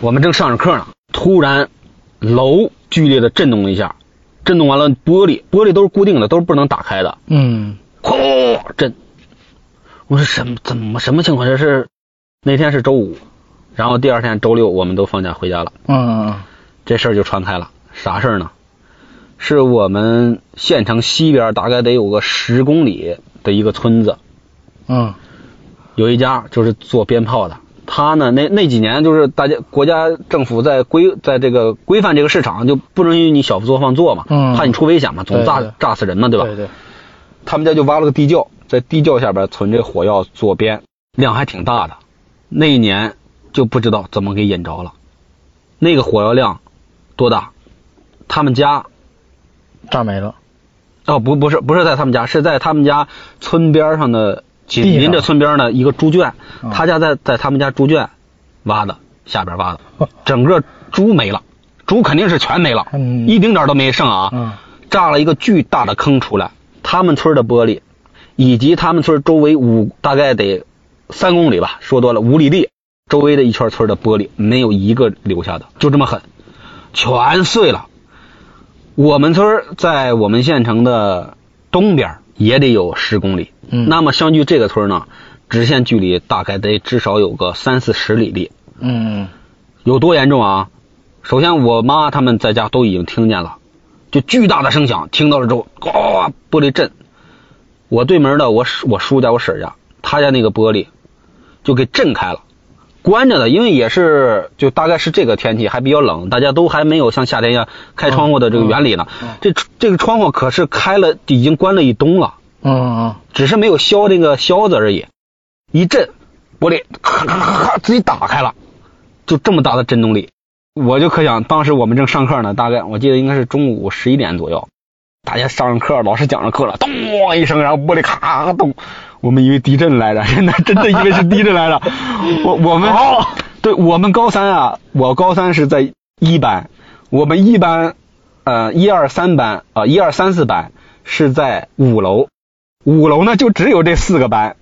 S2: 我们正上着课呢，突然楼剧烈的震动了一下，震动完了玻璃，玻璃都是固定的，都是不能打开的，
S1: 嗯
S2: 哐震。我说什么怎么什么情况？这是那天是周五，然后第二天周六我们都放假回家了。
S1: 嗯
S2: 这事儿就传开了。啥事儿呢？是我们县城西边大概得有个十公里的一个村子，
S1: 嗯
S2: 有一家就是做鞭炮的。他呢，那那几年就是大家国家政府在规在这个规范这个市场，就不允许你小作坊做嘛，
S1: 嗯
S2: 怕你出危险嘛，总
S1: 对
S2: 炸
S1: 对
S2: 炸死人嘛，对吧？
S1: 对对，
S2: 他们家就挖了个地窖，在地窖下边存这火药做鞭，量还挺大的。那一年就不知道怎么给引着了，那个火药量多大？他们家
S1: 炸没了。
S2: 哦，不，不是，不是在他们家，是在他们家村边上的紧
S1: 地上
S2: 邻着村边的一个猪圈，
S1: 嗯
S2: 他家在在他们家猪圈挖的，下边挖的， 整个猪没了，猪肯定是全没了，
S1: 嗯
S2: 一丁点儿都没剩啊，
S1: 嗯
S2: 炸了一个巨大的坑出来，他们村的玻璃，以及他们村周围五大概得三公里吧，说多了五里地，周围的一圈村的玻璃没有一个留下的，就这么狠，全碎了。我们村儿在我们县城的东边儿也得有十公里，
S1: 嗯
S2: 那么相距这个村儿呢，直线距离大概得至少有个三四十里地，
S1: 嗯
S2: 有多严重啊？首先，我妈他们在家都已经听见了，就巨大的声响，听到了之后，呱、玻璃震。我对门的我叔我叔家我婶家，他家那个玻璃就给震开了，关着的，因为也是就大概是这个天气还比较冷，大家都还没有像夏天一样开窗户的这个原理呢。
S1: 嗯嗯
S2: 这这个窗户可是开了，已经关了一冬了。
S1: 嗯嗯
S2: 只是没有削那个削子而已。一震，玻璃咔咔咔咔自己打开了，就这么大的震动力，我就可想，当时我们正上课呢，大概我记得应该是中午十一点左右，大家上着课，老师讲着课了，咚一声，然后玻璃咔咚，我们以为地震来着， 真的真的以为是地震来着，我我们
S1: 哦
S2: 对我们高三啊，我高三是在一班，我们一班，呃一二三班啊一二三四班是在五楼，五楼呢就只有这四个班，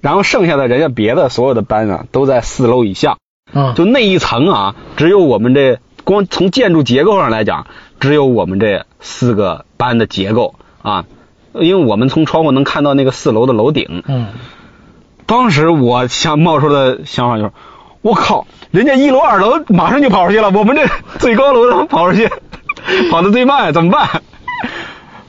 S2: 然后剩下的人家别的所有的班呢都在四楼以下，
S1: 嗯，
S2: 就那一层啊，只有我们这光从建筑结构上来讲，只有我们这四个班的结构啊，因为我们从窗户能看到那个四楼的楼顶。
S1: 嗯
S2: 当时我想冒出的想法就是，我靠，人家一楼、二楼马上就跑出去了，我们这最高楼的跑出去， 跑得最慢，怎么办？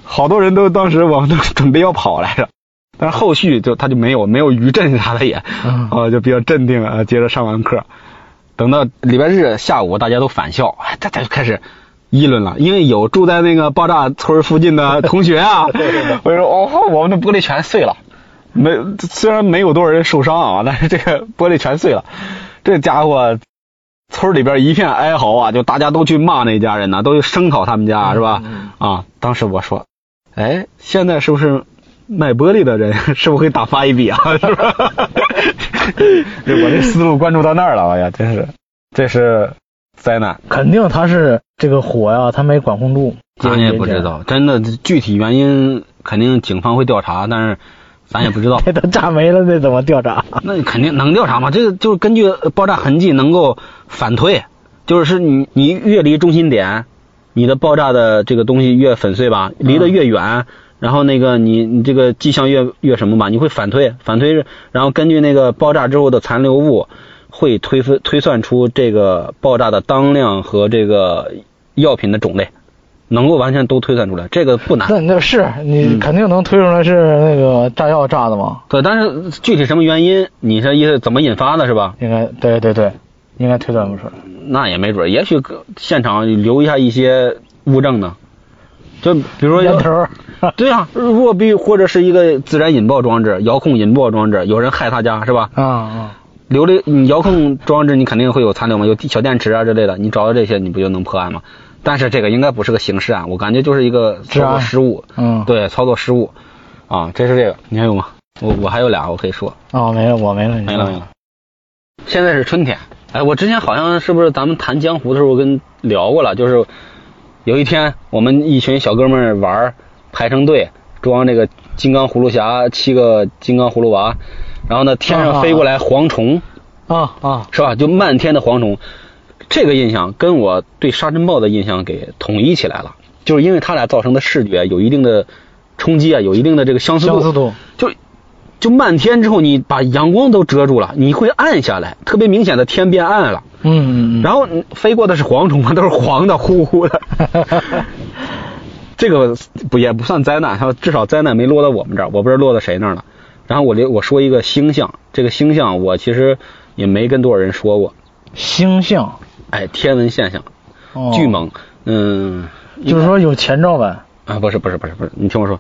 S2: 好多人都当时我们都准备要跑来着，但是后续就他就没有没有余震啥的也，
S1: 嗯
S2: 啊就比较镇定啊，接着上完课，等到礼拜日下午大家都返校，哎大家就开始议论了，因为有住在那个爆炸村附近的同 学啊，我就说哦，我们的玻璃全碎了。没，虽然没有多少人受伤啊，但是这个玻璃全碎了。这家伙，村里边一片哀嚎啊，就大家都去骂那家人呢、都去声讨他们家，是吧？
S1: 嗯
S2: 啊，当时我说，哎，现在是不是卖玻璃的人是不是会大发一笔啊？ 是吧？这我这思路关注到那儿了，哎呀，真是，这是灾难。
S1: 肯定他是这个火呀，他没管控住。
S2: 咱也不知，道，真的具体原因肯定警方会调查，但是咱也不知道。
S1: 这都炸没 了，那怎么调查？
S2: 那你肯定能调查嘛？这个就是根据呃爆炸痕迹能够反推，就是是你你越离中心点，你的爆炸的这个东西越粉碎吧，离得越远，然后那个你你这个迹象越越什么吧，你会反推反推是，然后根据那个爆炸之后的残留物，会推分推算出这个爆炸的当量和这个药品的种类，能够完全都推算出来，这个不难。
S1: 那那是你肯定能推出来是那个炸药炸的嘛？
S2: 对，但是具体什么原因，你这意思怎么引发的是吧？
S1: 应该对对对，应该推断不出来。
S2: 那也没准儿，也许个现场留下一些物证呢。就比如说
S1: 烟头儿
S2: 对啊，若必或者是一个自然引爆装置、遥控引爆装置，有人害他家是吧？
S1: 啊啊，
S2: 流璃你遥控装置，你肯定会有残留嘛，有小电池啊之类的，你找到这些，你不就能破案吗？但是这个应该不是个刑事案，我感觉就是一个
S1: 治
S2: 操
S1: 安
S2: 作失误，
S1: 嗯
S2: 对，操作失误，啊，这是这个，你还有吗？我我还有俩，我可以说，
S1: 哦，没了，我没了，你
S2: 没
S1: 说
S2: 了没了。现在是春天，哎，我之前好像是不是咱们谈江湖的时候跟聊过了，就是有一天我们一群小哥们儿玩儿排成队装这个金刚葫芦侠七个金刚葫芦娃，然后呢天上飞过来蝗虫。
S1: 啊啊，
S2: 是吧？就漫天的蝗虫，这个印象跟我对沙尘暴的印象给统一起来了，就是因为它俩造成的视觉有一定的冲击啊，有一定的这个相似度。
S1: 相似度
S2: 就就漫天之后，你把阳光都遮住了，你会暗下来，特别明显的天变暗了。
S1: 嗯嗯嗯，
S2: 然后嗯飞过的是蝗虫嘛，都是黄的，呼 呼的。这个不也不算灾难，它至少灾难没落到我们这儿，我不知道落到谁那儿了。然后我这我说一个星象，这个星象我其实也没跟多少人说过，
S1: 星象，
S2: 哎，天文现象，
S1: 哦
S2: 巨，猛，嗯，
S1: 就是说有前兆呗，
S2: 啊，不是不是不是不是，你听我说，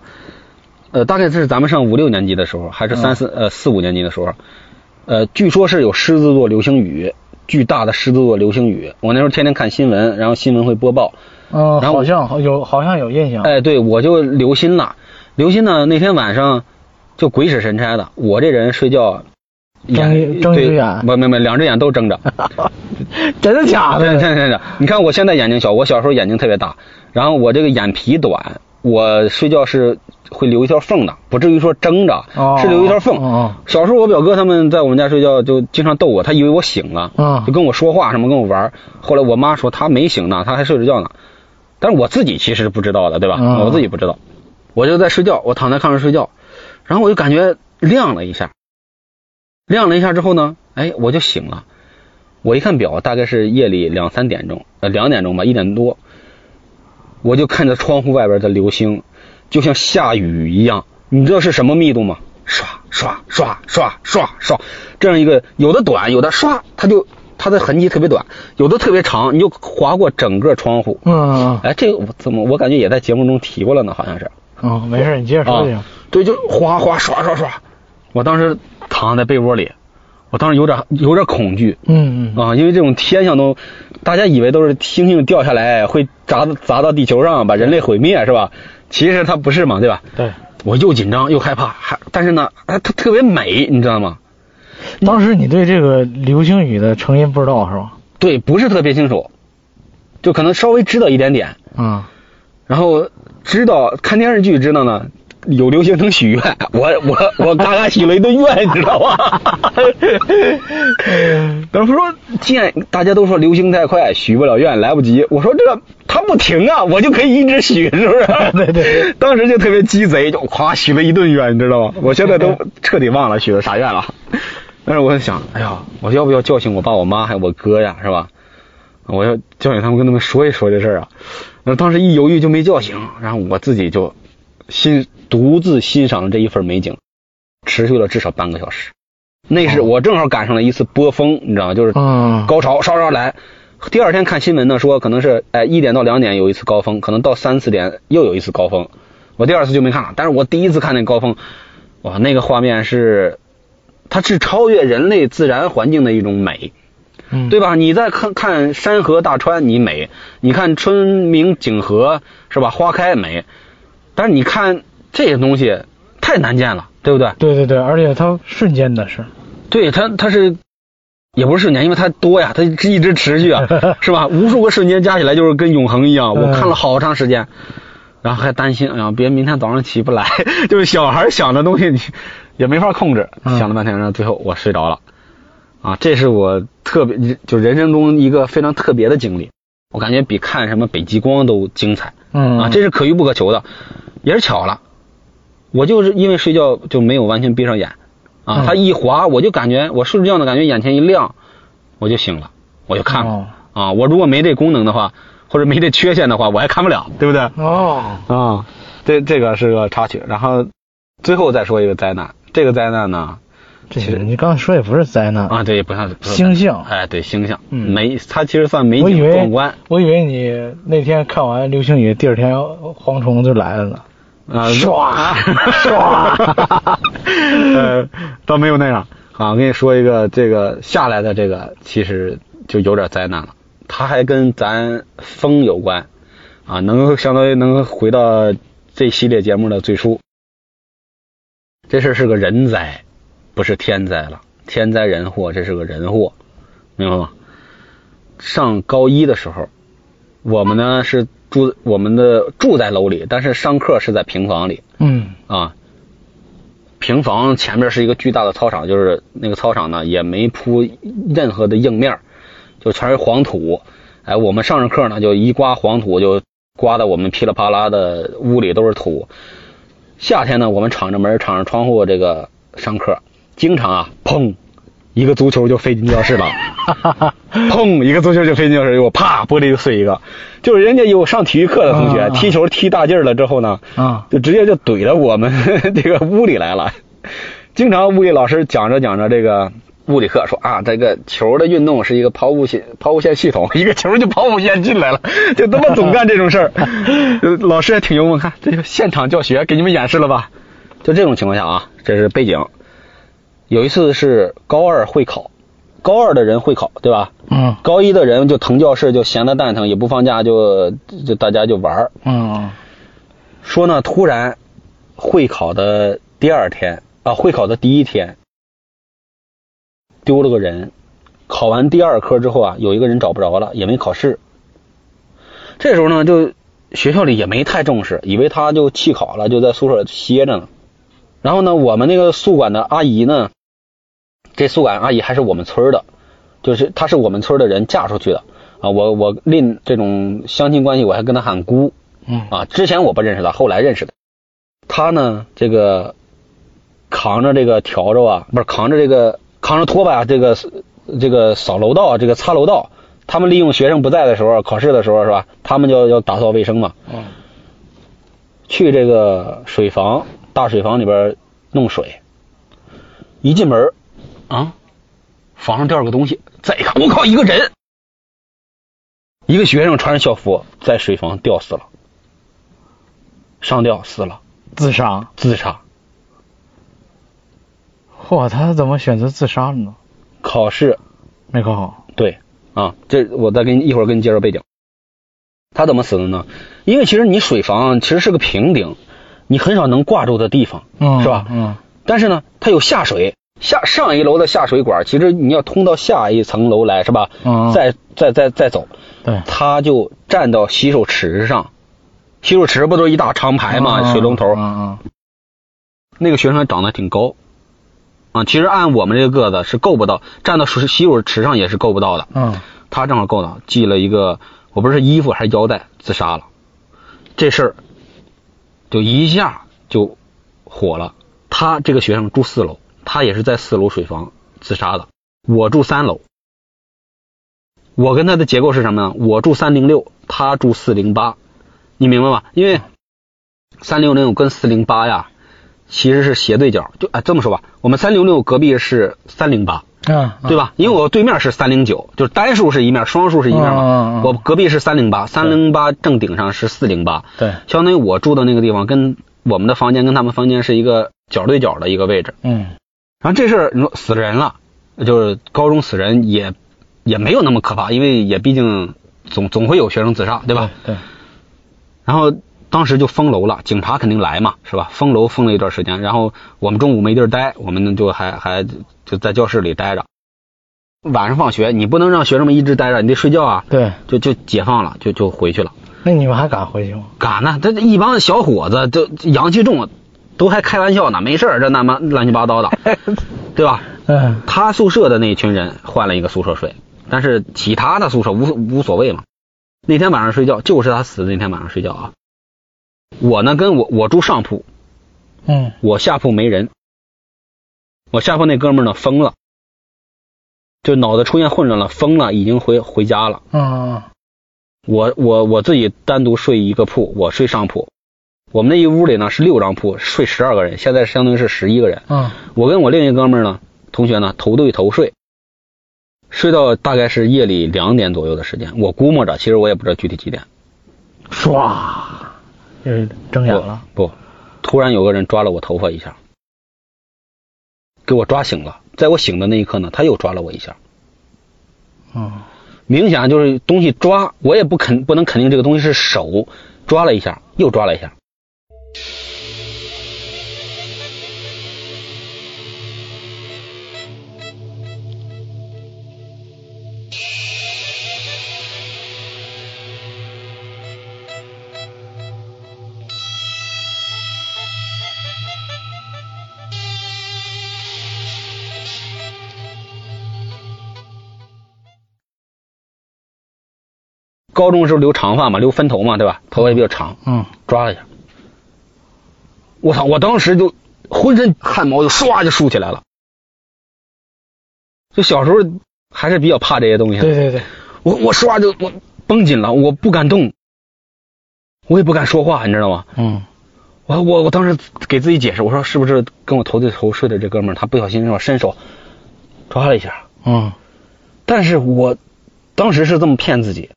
S2: 呃，大概这是咱们上五六年级的时候，还是三四、
S1: 嗯
S2: 呃四五年级的时候，呃，据说是有狮子座流星雨，巨大的狮子座流星雨，我那时候天天看新闻，然后新闻会播报，
S1: 嗯，
S2: 然后
S1: 好像有好像有印象，
S2: 哎，对，我就留心了。留心呢，那天晚上就鬼使神差的，我这人睡觉
S1: 睁一睁一
S2: 对
S1: 只眼
S2: 不没没，两只眼 都睁着。
S1: 真的假
S2: 真的
S1: 的？
S2: 真的真的，你看我现在眼睛小，我小时候眼睛特别大，然后我这个眼皮短，我睡觉是会留一条缝的，不至于说睁着，
S1: 哦
S2: 是留一条缝。
S1: 哦哦
S2: 小时候我表哥他们在我们家睡觉就经常逗我，他以为我醒了，
S1: 嗯
S2: 就跟我说话什么跟我玩儿。后来我妈说他没醒呢，他还睡着觉呢，但是我自己其实不知道的，对吧？
S1: 嗯
S2: 我自己不知道，我就在睡觉，我躺在炕上睡觉，然后我就感觉亮了一下，亮了一下之后呢，哎，我就醒了。我一看表，大概是夜里两三点钟，呃，两点钟吧，一点多，我就看着窗户外边的流星，就像下雨一样。你知道是什么密度吗？刷刷刷刷刷刷，这样一个有的短，有的刷，它就它的痕迹特别短，有的特别长，你就划过整个窗户。
S1: 嗯嗯
S2: 哎，这个我怎么我感觉也在节目中提过了呢？好像是。
S1: 嗯，没事，你接着说就行
S2: 啊。对，就哗哗刷刷刷。我当时躺在被窝里，我当时有点有点恐惧
S1: 嗯嗯
S2: 啊，因为这种天象都，大家以为都是星星掉下来会砸砸到地球上，把人类毁灭是吧？其实它不是嘛，对吧？
S1: 对，
S2: 我又紧张又害怕，还但是呢，它它特别美，你知道吗？
S1: 当时你对这个流星雨的成因不知道是吧？
S2: 对，不是特别清楚，就可能稍微知道一点点，
S1: 啊，？
S2: 然后知道看电视剧知道呢，有流星能许愿， 我我我嘎嘎许了一顿愿，你知道 吧？然后说，既然大家都说流星太快，许不了愿，来不及，我说这它不停啊，我就可以一直许，是不是
S1: 对对。
S2: 当时就特别鸡贼，就夸许了一顿愿，你知道吗？我现在都彻底忘了许了啥愿了。但是我想，哎呀，我要不要叫醒我爸、我妈还有我哥呀，是吧？我要叫醒他们，跟他们说一说这事儿啊。那当时一犹豫就没叫醒，然后我自己就欣独自欣赏了这一份美景，持续了至少半个小时。那是我正好赶上了一次波峰，你知道吗？就是
S1: 嗯
S2: 高潮稍稍来。第二天看新闻呢，说可能是哎一点到两点有一次高峰，可能到三四点又有一次高峰。我第二次就没看了，但是我第一次看那高峰，哇，那个画面是，它是超越人类自然环境的一种美。
S1: 嗯，
S2: 对？吧？你再看看山河大川，你美；你看春明景和，是吧？花开美。但是你看这些东西太难见了，对不对？
S1: 对对对，而且它瞬间的事，
S2: 对，它它是也不是瞬间，因为它多呀，它一直持续啊，是吧？无数个瞬间加起来就是跟永恒一样。我看了好长时间，然后还担心，哎呀，别明天早上起不来。 就是小孩想的东西，你也没法控制。
S1: 嗯
S2: 想了半天，然后最后我睡着了。啊，这是我特别就人生中一个非常特别的经历，我感觉比看什么北极光都精彩。
S1: 嗯
S2: 啊，这是可遇不可求的，也是巧了。我就是因为睡觉就没有完全闭上眼，啊
S1: 嗯，
S2: 它一滑我就感觉我睡着觉呢，感觉眼前一亮，我就醒了，我就看了、
S1: 哦
S2: 啊。我如果没这功能的话，或者没这缺陷的话，我还看不了，对不对？
S1: 哦，
S2: 啊，这这个是个插曲，然后最后再说一个灾难，这个灾难呢，
S1: 这你刚才说也不是灾难
S2: 啊，对，也不算不算
S1: 星象
S2: 哎，对，星象，
S1: 嗯
S2: 美，它其实算美
S1: 我以
S2: 哎景
S1: 为
S2: 壮观
S1: 我以为你那天看完流星雨，第二天呃蝗虫就来了呢。
S2: 啊，
S1: 唰唰
S2: 呃，倒没有那样啊。我跟你说一个，这个下来的这个其实就有点灾难了，它还跟咱风有关啊，能够相当于能回到这系列节目的最初。这事儿是个人灾，不是天灾了，天灾人祸，这是个人祸，明白吗？上高一的时候，我们呢是住我们的住在楼里，但是上课是在平房里
S1: 嗯
S2: 啊。平房前面是一个巨大的操场，就是那个操场呢也没铺任何的硬面儿，就全是黄土。哎，我们上着课呢，就一刮黄土就刮的我们噼里啪啦的屋里都是土。夏天呢，我们敞着门、敞着窗户这个上课，经常啊，砰，一个足球就飞进教室了。砰！一个足球就飞进教室，我啪，玻璃就碎一个。就是人家有上体育课的同学、
S1: 啊
S2: 踢球踢大劲儿了之后呢，
S1: 啊
S2: 就直接就怼到我们 这个屋里来了。经常物理老师讲着讲着这个物理课说啊，这个球的运动是一个抛物线抛物线系统， 一个球就抛物线进来了，就他妈总干这种事儿。 呃老师也挺幽默，看这就现场教学给你们演示了吧？就这种情况下啊，这是背景。有一次是高二会考，高二的人会考，对吧？
S1: 嗯
S2: 高一的人就腾教室，就闲得蛋疼，也不放假，就就大家就玩儿。
S1: 嗯
S2: 说呢，突然会考的第二天啊，会考的第一天丢了个人，考完第二科之后啊，有一个人找不着了，也没考试。这时候呢，就学校里也没太重视，以为他就弃考了，就在宿舍歇着呢。然后呢，我们那个宿管的阿姨呢，这宿管阿姨还是我们村儿的，就是她是我们村儿的人嫁出去的啊。我我另这种相亲关系，我还跟她喊姑，
S1: 嗯
S2: 啊，之前我不认识他，后来认识的。他呢，这个扛着这个笤帚啊，不是扛着这个扛着拖把啊，这个这个扫楼道，啊这个擦楼道。他们利用学生不在的时候，考试的时候是吧？他们就要打扫卫生嘛，
S1: 嗯
S2: 去这个水房大水房里边弄水。一进门儿啊，房上掉了个东西，再一看，我靠，一个人，一个学生穿着校服在水房吊死了，上吊死了，
S1: 自杀。
S2: 自杀。
S1: 嚯，他怎么选择自杀了呢？
S2: 考试
S1: 没考好。
S2: 对啊，这我再给你一会儿给你介绍背景。他怎么死的呢？因为其实你水房其实是个平顶，你很少能挂住的地方，
S1: 嗯
S2: 是吧？
S1: 嗯
S2: 但是呢，它有下水，下上一楼的下水管，其实你要通到下一层楼来，是吧？
S1: 嗯
S2: 再再再再走，
S1: 对
S2: 他就站到洗手池上，洗手池不都一大长排嘛，水龙头。
S1: 嗯嗯
S2: 那个学生还长得挺高，啊，其实按我们这个个子是够不到，站到水洗手池上也是够不到的。
S1: 嗯
S2: 他正好够到，系了一个我不知道是衣服还是腰带，自杀了。这事儿就一下就火了。他这个学生住四楼，他也是在四楼水房自杀的。我住三楼，我跟他的结构是什么呢？我住三零六，他住四零八，你明白吗？因为三六六跟四零八呀，其实是斜对角。就啊、这么说吧，我们三六六隔壁是三零八，
S1: 嗯嗯，
S2: 对吧？因为我对面是三零九，就是单数是一面，双数是一面
S1: 嗯嗯
S2: 嘛
S1: 嗯。
S2: 我隔壁是三零八，三零八正顶上是四零八，
S1: 对，
S2: 相当于我住的那个地方跟我们的房间跟他们房间是一个角对角的一个位置。
S1: 嗯
S2: 然后这事儿你说死人了，就是高中死人也也没有那么可怕，因为也毕竟总总会有学生自杀，对吧？
S1: 对，
S2: 然后当时就封楼了，警察肯定来嘛，是吧？封楼封了一段时间，然后我们中午没地儿待，我们呢就还还就在教室里待着。晚上放学，你不能让学生们一直待着，你得睡觉啊。
S1: 对，
S2: 就就解放了，就就回去了。
S1: 那你们还敢回去吗？
S2: 敢呢？这一帮小伙子，这阳气重，都还开玩笑呢，没事儿，这那么乱七八糟的，对吧？
S1: 嗯
S2: 他宿舍的那群人换了一个宿舍睡，但是其他的宿舍无无所谓嘛。那天晚上睡觉，就是他死的那天晚上睡觉啊。我呢，跟我我住上铺，
S1: 嗯
S2: 我下铺没人。我下铺那哥们儿呢疯了，就脑子出现混乱了，疯了，已经回回家了。
S1: 嗯
S2: 我我我自己单独睡一个铺，我睡上铺。我们那一屋里呢是六张铺，睡十二个人，现在相当于是十一个人。
S1: 嗯
S2: 我跟我另一哥们儿呢，同学呢头对头睡，睡到大概是夜里两点左右的时间，我估摸着，其实我也不知道具体几点。
S1: 唰，就是睁眼了。
S2: 不，突然有个人抓了我头发一下，给我抓醒了。在我醒的那一刻呢，他又抓了我一下。
S1: 嗯，
S2: 明显啊就是东西抓，我也不肯不能肯定这个东西是手抓了一下，又抓了一下。高中时候留长发嘛，留分头嘛，对吧？头发也比较长，
S1: 嗯，
S2: 抓了一下。我操！我当时就浑身汗毛就唰就竖起来了。就小时候还是比较怕这些东西的。
S1: 对对对，
S2: 我我唰就我绷紧了，我不敢动，我也不敢说话，你知道吗？
S1: 嗯
S2: 我我我当时给自己解释，我说是不是跟我头对头睡的这哥们儿他不小心让我伸手抓了一下？
S1: 嗯
S2: 但是我当时是这么骗自己，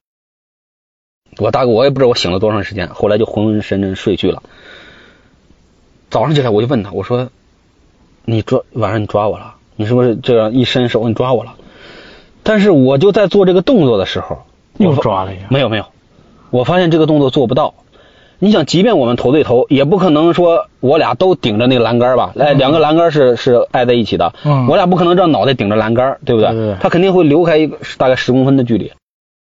S2: 我大概我也不知道我醒了多长时间，后来就昏昏沉沉睡去了。早上起来我就问他，我说：“你抓晚上你抓我了？你是不是这样一伸手你抓我了？”但是我就在做这个动作的时候，
S1: 又
S2: 我发
S1: 抓了一下
S2: 没有没有，我发现这个动作做不到。你想，即便我们头对头，也不可能说我俩都顶着那个栏杆吧？哎，两个栏杆是是挨在一起的，
S1: 嗯
S2: 我俩不可能让脑袋顶着栏杆，对不对？
S1: 对对对
S2: 他肯定会留开一个大概十公分的距离。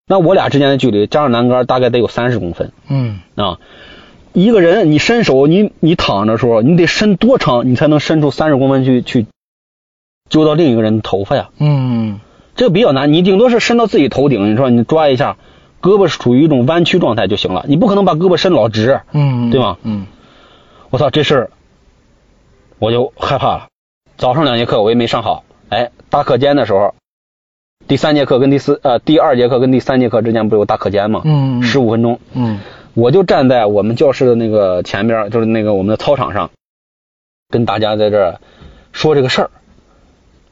S2: 那我俩之间的距离加上栏杆大概得有三十公分
S1: 嗯，
S2: 啊。一个人你伸手，你你躺着的时候，你得伸多长，你才能伸出三十公分去去揪到另一个人的头发呀？
S1: 嗯，
S2: 这个比较难，你顶多是伸到自己头顶，你说你抓一下，胳膊是处于一种弯曲状态就行了，你不可能把胳膊伸老直。
S1: 嗯，
S2: 对吧
S1: 嗯
S2: 我操，这事儿我就害怕了。早上两节课我也没上好，哎，大课间的时候，第三节课跟第四呃第二节课跟第三节课之间不是有大课间吗？
S1: 嗯，
S2: 十五分钟，
S1: 嗯
S2: 我就站在我们教室的那个前边儿，就是那个我们的操场上，跟大家在这儿说这个事儿。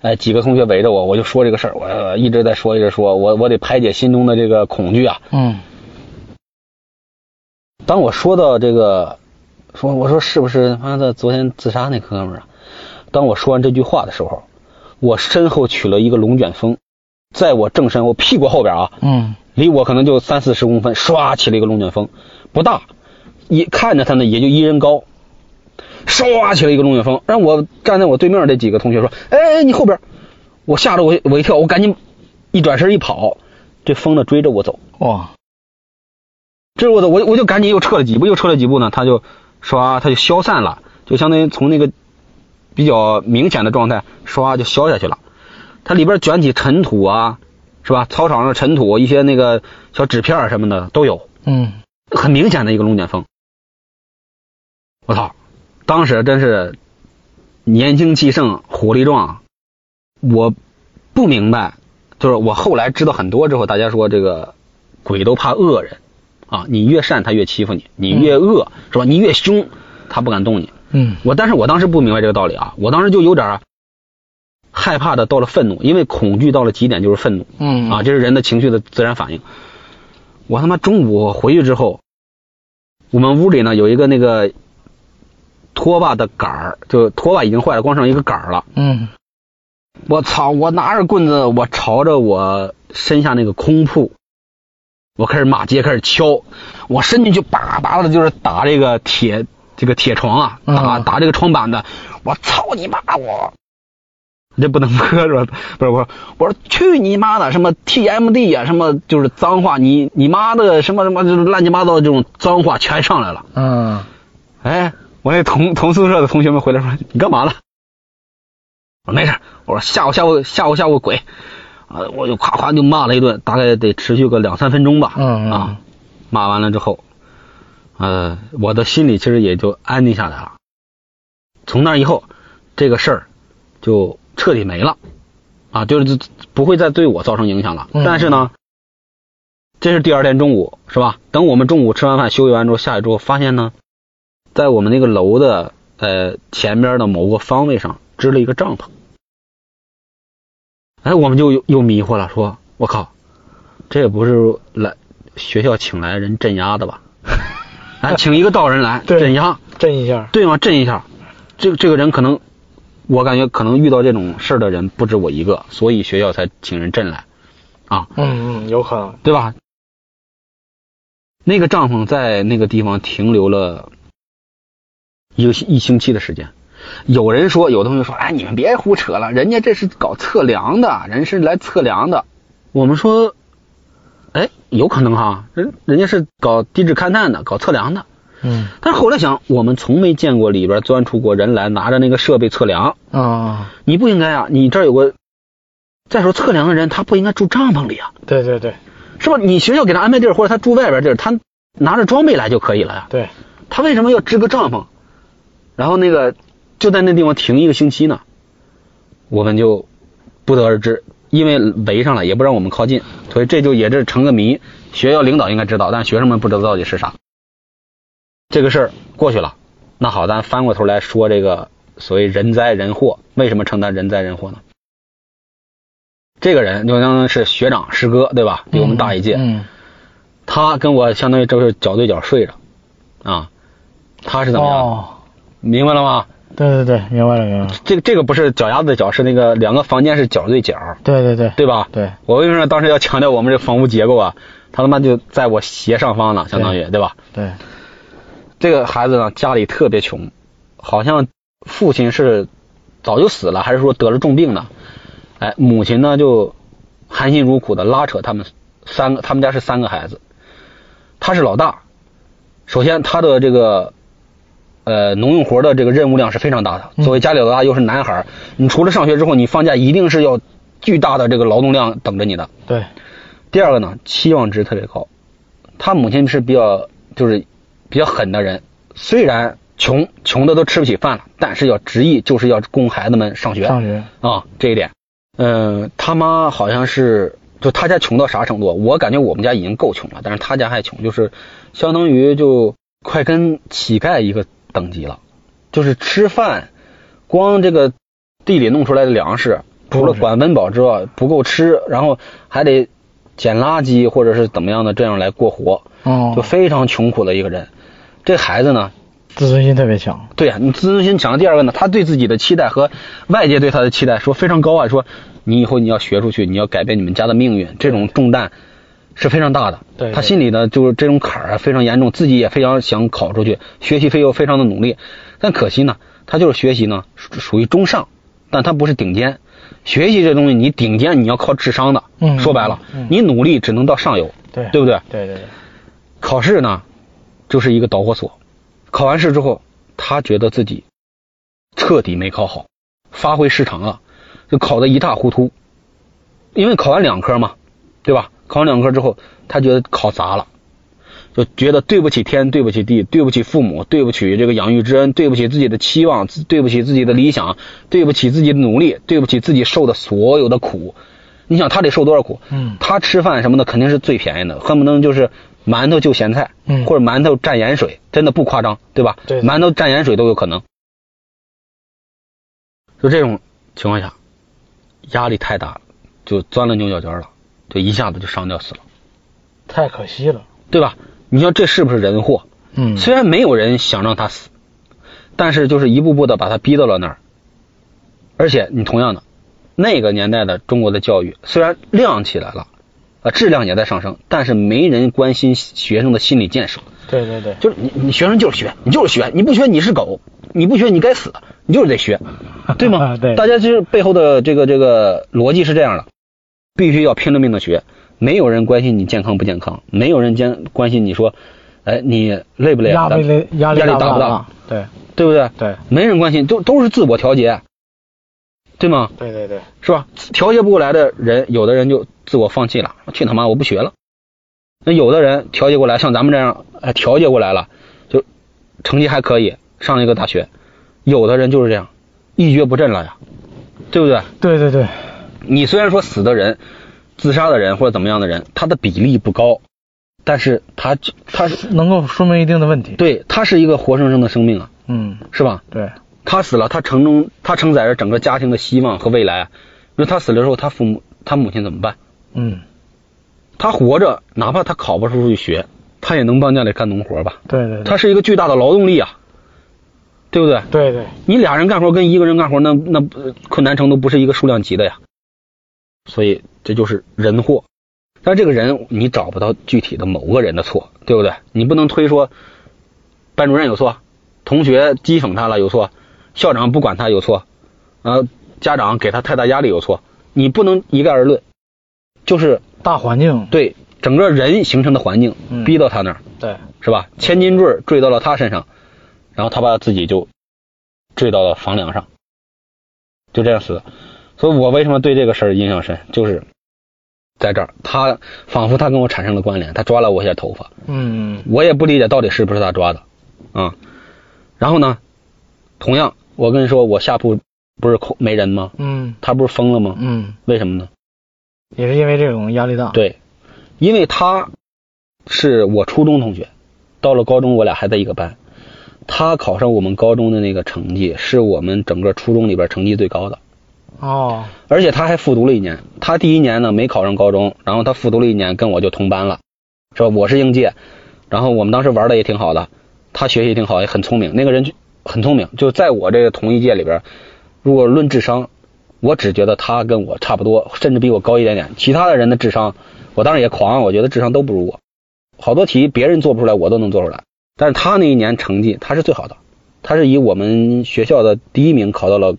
S2: 哎，几个同学围着我，我就说这个事儿，我呃一直在说，一直说，我我得排解心中的这个恐惧啊。
S1: 嗯
S2: 当我说到这个，说我说是不是他妈的昨天自杀那哥们儿啊？当我说完这句话的时候，我身后取了一个龙卷风，在我正身后屁股后边啊，
S1: 嗯
S2: 离我可能就三四十公分，唰起了一个龙卷风，不大，一看着它呢也就一人高，唰起了一个龙卷风，让我站在我对面这几个同学说：“哎，哎你后边！”我吓得我我一跳，我赶紧一转身一跑，这疯子追着我走，
S1: 哇，
S2: 追着我走，我我就赶紧又撤了几步，又撤了几步呢，他就唰他就消散了，就相当于从那个比较明显的状态啊唰就消下去了。它里边卷起尘土啊，是吧？操场上尘土一些那个小纸片儿什么的都有。
S1: 嗯
S2: 很明显的一个龙卷风。我操，当时真是年轻气盛，火力壮。我不明白，就是我后来知道很多之后，大家说这个鬼都怕恶人啊，你越善他越欺负你，你越恶、是吧？你越凶，他不敢动你。
S1: 嗯
S2: 我但是我当时不明白这个道理啊，我当时就有点儿害怕的到了愤怒，因为恐惧到了极点就是愤怒。
S1: 嗯
S2: 啊，这是人的情绪的自然反应。我他妈中午回去之后，我们屋里呢有一个那个拖把的杆儿，就拖把已经坏了，光剩一个杆儿了。
S1: 嗯
S2: 我操！我拿着棍子，我朝着我身下那个空铺，我开始骂街，开始敲，我伸进去叭叭的，就是打这个铁这个铁床啊，打
S1: 嗯
S2: 打这个窗板子。我操你妈我！这不能喝是吧？不是我说我说去你妈的什么 TMD 啊什么就是脏话，你你妈的什么什么就是乱七八糟的这种脏话全上来了。
S1: 嗯
S2: 哎，我那同同宿舍的同学们回来说：“你干嘛了？”我说：“没事儿。”我说：“吓唬吓唬吓唬吓唬鬼。”啊，我就夸夸就骂了一顿，大概得持续个两三分钟吧。
S1: 嗯嗯
S2: 啊，骂完了之后，呃，我的心里其实也就安定下来了。从那以后，这个事儿就彻底没了，啊，就是不会再对我造成影响了。
S1: 嗯
S2: 但是呢，这是第二天中午，是吧？等我们中午吃完饭休息完之后下去之后，发现呢，在我们那个楼的呃前边的某个方位上支了一个帐篷，哎，我们就又又迷惑了，说我靠，这也不是来学校请来人镇压的吧？哎，请一个道人来
S1: 对
S2: 镇压，
S1: 震一下，
S2: 对吗？镇一下，这个这个人可能，我感觉可能遇到这种事儿的人不止我一个，所以学校才请人镇来，啊，
S1: 嗯嗯，有可能，
S2: 对吧？那个帐篷在那个地方停留了一个星一星期的时间。有人说，有同学说，哎，你们别胡扯了，人家这是搞测量的，人是来测量的。我们说，哎，有可能哈，人人家是搞地质勘探的，搞测量的。
S1: 嗯
S2: 但是后来想，我们从没见过里边钻出过人来，拿着那个设备测量。
S1: 啊，
S2: 你不应该啊，你这儿有个，再说测量的人，他不应该住帐篷里啊。
S1: 对对对
S2: 是吧？你学校给他安排地儿，或者他住外边地儿，他拿着装备来就可以了呀。
S1: 对，
S2: 他为什么要支个帐篷？然后那个就在那地方停一个星期呢？我们就不得而知，因为围上了也不让我们靠近，所以这就也是成个谜。学校领导应该知道，但学生们不知道到底是啥。这个事儿过去了，那好，咱翻过头来说这个所谓人灾人祸，为什么称他人灾人祸呢？这个人就相当于是学长师哥，对吧？比我们大一届。
S1: 嗯，
S2: 他跟我相当于就是脚对脚睡着，啊，他是
S1: 嗯
S2: 怎么样？
S1: 哦，
S2: 明白了吗？
S1: 对对对，明白了明白了，
S2: 这个这个不是脚丫子的脚，是那个两个房间是脚对脚，
S1: 对对对
S2: 对吧？
S1: 对，
S2: 我为什么当时要强调我们这房屋结构啊？他他妈就在我斜上方呢，相当于对吧？
S1: 对，
S2: 这个孩子呢，家里特别穷，好像父亲是早就死了，还是说得了重病呢？哎，母亲呢就含辛茹苦的拉扯他们三个，他们家是三个孩子，他是老大。首先，他的这个呃农用活的这个任务量是非常大的。
S1: 嗯
S2: 作为家里老大又是男孩儿，你除了上学之后，你放假一定是要巨大的这个劳动量等着你的。
S1: 对，
S2: 第二个呢，期望值特别高。他母亲是比较就是比较狠的人，虽然穷穷的都吃不起饭了，但是要执意就是要供孩子们上学
S1: 上
S2: 啊、
S1: 学，
S2: 这一点。嗯，他妈好像是就他家穷到啥程度？啊我感觉我们家已经够穷了，但是他家还穷，就是相当于就快跟乞丐一个等级了，就是吃饭，光这个地里弄出来的粮食，除了管温饱之外不够吃，然后还得捡垃圾或者是怎么样的这样来过活，
S1: 哦
S2: 就，非常穷苦的一个人。这孩子呢，
S1: 自尊心特别强，
S2: 对呀、你自尊心强。第二个呢，他对自己的期待和外界对他的期待说非常高啊，说你以后你要学出去，你要改变你们家的命运，这种重担是非常大的。
S1: 对对
S2: 他心里呢就是这种坎儿啊非常严重，自己也非常想考出去，学习非又非常的努力，但可惜呢，他就是学习呢属属于中上，但他不是顶尖。学习这东西，你顶尖你要靠智商的，
S1: 嗯
S2: 说白了，
S1: 嗯
S2: 你努力只能到上游，
S1: 对
S2: 对不对？
S1: 对对对，
S2: 考试呢，就是一个导火索。考完试之后，他觉得自己彻底没考好，发挥失常了，就考得一塌糊涂。因为考完两科嘛，对吧？考完两科之后，他觉得考砸了，就觉得对不起天，对不起地，对不起父母，对不起这个养育之恩，对不起自己的期望，自对不起自己的理想，对不起自己的努力，对不起自己受的所有的苦。你想他得受多少苦？
S1: 嗯
S2: 他吃饭什么的肯定是最便宜的，恨不能就是馒头就咸菜，
S1: 嗯
S2: 或者馒头蘸盐水，真的不夸张，对吧？
S1: 对
S2: 馒头蘸盐水都有可能。就这种情况下，压力太大了，就钻了牛角尖了，就一下子就上吊死了，
S1: 太可惜了，
S2: 对吧？你说这是不是人祸？
S1: 嗯，
S2: 虽然没有人想让他死，但是就是一步步的把他逼到了那儿。而且你同样的，那个年代的中国的教育虽然量起来了，呃，质量也在上升，但是没人关心学生的心理建设。
S1: 对对对，
S2: 就是你，你学生就是学，你就是学，你不学你是狗，你不学你该死，你就是得学， 对吗？
S1: 啊对
S2: 大家就是背后的这个这个逻辑是这样的，必须要拼了命的学，没有人关心你健康不健康，没有人监关心你说，哎，你累不累啊？
S1: 压力累压力
S2: 压力
S1: 大
S2: 大
S1: 不
S2: 不
S1: 大？对
S2: 对不对？
S1: 对
S2: 没人关心，都都是自我调节，对吗？
S1: 对对对，
S2: 是吧？调节不过来的人，有的人就自我放弃了，去他妈我不学了。那有的人调节过来，像咱们这样，哎，调节过来了，就成绩还可以，上了一个大学。有的人就是这样，一蹶不振了呀，对不对？
S1: 对对对，
S2: 你虽然说死的人、自杀的人或者怎么样的人，他的比例不高，但是他就他是
S1: 能够说明一定的问题，
S2: 对他是一个活生生的生命啊，
S1: 嗯，
S2: 是吧？
S1: 对
S2: 他死了，他承中他承载着整个家庭的希望和未来啊，比如他死了之后，他父母他母亲怎么办？
S1: 嗯，
S2: 他活着，哪怕他考不出去学，他也能帮家里干农活吧？
S1: 对对对，
S2: 他是一个巨大的劳动力啊，对不对？
S1: 对对，
S2: 你俩人干活跟一个人干活，那那呃困难程度不是一个数量级的呀。所以这就是人祸。但这个人你找不到具体的某个人的错，对不对？你不能推说班主任有错，同学讥讽他了有错，校长不管他有错，呃，家长给他太大压力有错，你不能一概而论。就是
S1: 大环境
S2: 对整个人形成的环境
S1: 嗯
S2: 逼到他那儿，
S1: 对
S2: 是吧？千斤坠儿坠到了他身上，然后他把自己就坠到了房梁上，就这样死的。所以我为什么对这个事儿印象深，就是在这儿，他仿佛他跟我产生了关联，他抓了我一下头发，
S1: 嗯
S2: 我也不理解到底是不是他抓的，啊、然后呢，同样，我跟你说，我下铺不是空没人吗？
S1: 嗯
S2: 他不是疯了吗？
S1: 嗯，
S2: 为什么呢？
S1: 也是因为这种压力大，
S2: 对，因为他是我初中同学，到了高中我俩还在一个班。他考上我们高中的那个成绩，是我们整个初中里边成绩最高的，
S1: 哦，
S2: 而且他还复读了一年。他第一年呢没考上高中，然后他复读了一年，跟我就同班了，是吧？我是应届，然后我们当时玩的也挺好的，他学习挺好，也很聪明。那个人就很聪明，就在我这个同一届里边，如果论智商，我只觉得他跟我差不多，甚至比我高一点点。其他的人的智商，我当时也狂，啊我觉得智商都不如我。好多题别人做不出来，我都能做出来。但是他那一年成绩他是最好的，他是以我们学校的第一名考到了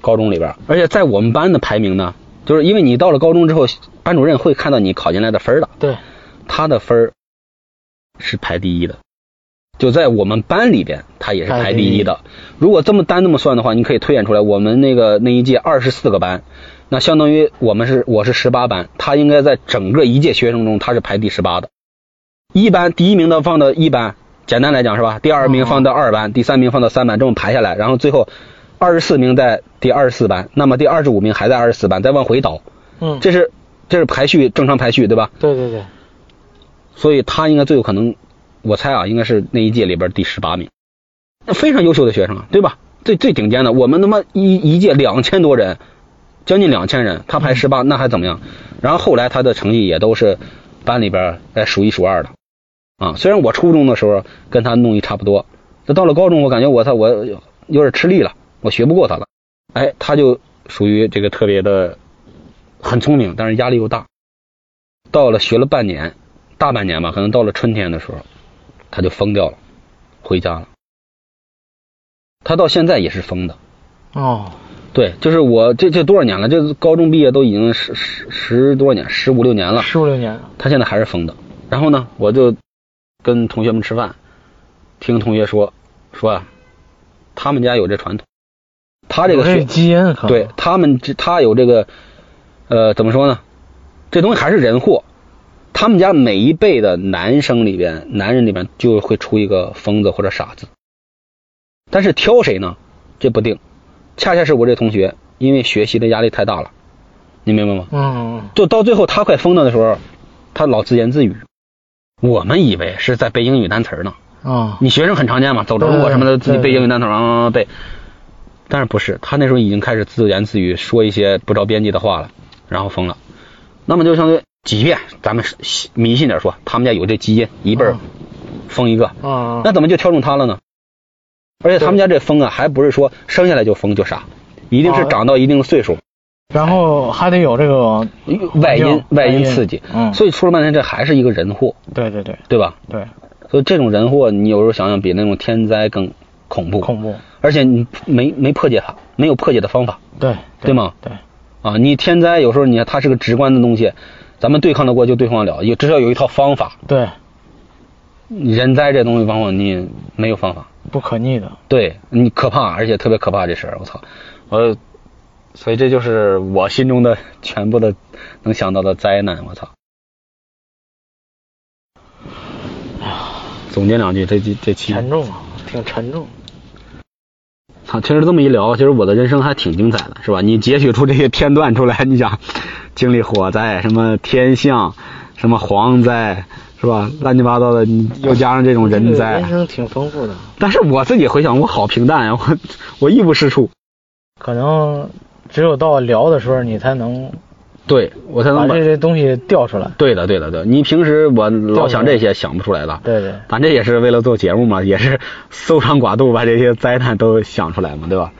S2: 高中里边，而且在我们班的排名呢，就是因为你到了高中之后，班主任会看到你考进来的分儿的，
S1: 对，
S2: 他的分儿是排第一的，就在我们班里边，他也是排第一的。如果这么单这么算的话，你可以推演出来，我们那个那一届二十四个班，那相当于我们是我是十八班，他应该在整个一届学生中，他是排第十八的。一班第一名的放到一班，简单来讲是吧？第二名放到二班，第三名放到三班，这么排下来，然后最后二十四名在第二十四班，那么第二十五名还在二十四班，再往回倒，
S1: 嗯，
S2: 这是这是排序正常排序对吧？
S1: 对对对，
S2: 所以他应该最有可能，我猜啊，应该是那一届里边第十八名，非常优秀的学生啊，对吧？最最顶尖的，我们他妈一一届两千多人，将近两千人，他排十八，那还怎么样？然后后来他的成绩也都是班里边哎数一数二的，啊，虽然我初中的时候跟他弄一差不多，那到了高中我感觉我他我有点吃力了，我学不过他了，哎，他就属于这个特别的很聪明，但是压力又大，到了学了半年，大半年吧，可能到了春天的时候，他就疯掉了，回家了。他到现在也是疯的，
S1: 哦，
S2: 对，就是我这这多少年了，这高中毕业都已经十十十多少年，十五六年了，
S1: 十五六年，
S2: 他现在还是疯的。然后呢，我就跟同学们吃饭，听同学说说啊，他们家有这传统，他这个
S1: 有
S2: 学
S1: 基因可能
S2: 对他们这，他有这个，呃，怎么说呢？这东西还是人祸。他们家每一辈的男生里边，男人里边就会出一个疯子或者傻子。但是挑谁呢？这不定。恰恰是我这同学，因为学习的压力太大了，你明白吗？
S1: 嗯，嗯
S2: 就到最后他快疯了的时候，他老自言自语。我们以为是在背英语单词儿呢，
S1: 嗯啊，
S2: 你学生很常见嘛，走着路啊什么的，
S1: 嗯
S2: 自己背英语单词啊背。但是不是，他那时候已经开始自言自语说一些不着边际的话了，然后疯了。那么就相当于，即便咱们是迷信点说，他们家有这基因，一辈儿
S1: 嗯
S2: 疯一个，
S1: 啊，
S2: 那怎么就挑中他了呢？而且他们家这疯啊，还不是说生下来就疯就傻，一定是
S1: 哦
S2: 长到一定岁数，
S1: 然后还得有这个
S2: 外因
S1: 环境
S2: 外因刺激，
S1: 嗯，
S2: 所以说了半天，这还是一个人祸，
S1: 对对对
S2: 对吧？
S1: 对，
S2: 所以这种人祸，你有时候想想，比那种天灾更恐怖。
S1: 恐怖，
S2: 而且你没没破解它，没有破解的方法
S1: 对
S2: 对吗？
S1: 对，
S2: 啊！你天灾有时候你它是个直观的东西，咱们对抗得过就对抗得了，有至少有一套方法。
S1: 对，
S2: 人灾这东西往往你没有方法，
S1: 不可逆的，
S2: 对你可怕，而且特别可怕这事儿，我操！我所以这就是我心中的全部的能想到的灾难，我操！总结两句，这这这期
S1: 沉重啊，挺沉重。
S2: 操，啊其实这么一聊，其实我的人生还挺精彩的，是吧？你截取出这些片段出来，你想经历火灾、什么天象、什么蝗灾，是吧？乱七八糟的，你又加上这种人啊
S1: 这个人
S2: 灾。
S1: 生挺丰富的，
S2: 但是我自己回想，我好平淡呀、我我一无是处。
S1: 可能只有到聊的时候，你才能
S2: 对我才
S1: 把
S2: 能把
S1: 这些东西调出来。
S2: 对的，对的，对的。你平时我老想这些，想不出来的。
S1: 对对
S2: 咱这也是为了做节目嘛， 也是搜肠刮肚把这些灾难都想出来嘛，对吧？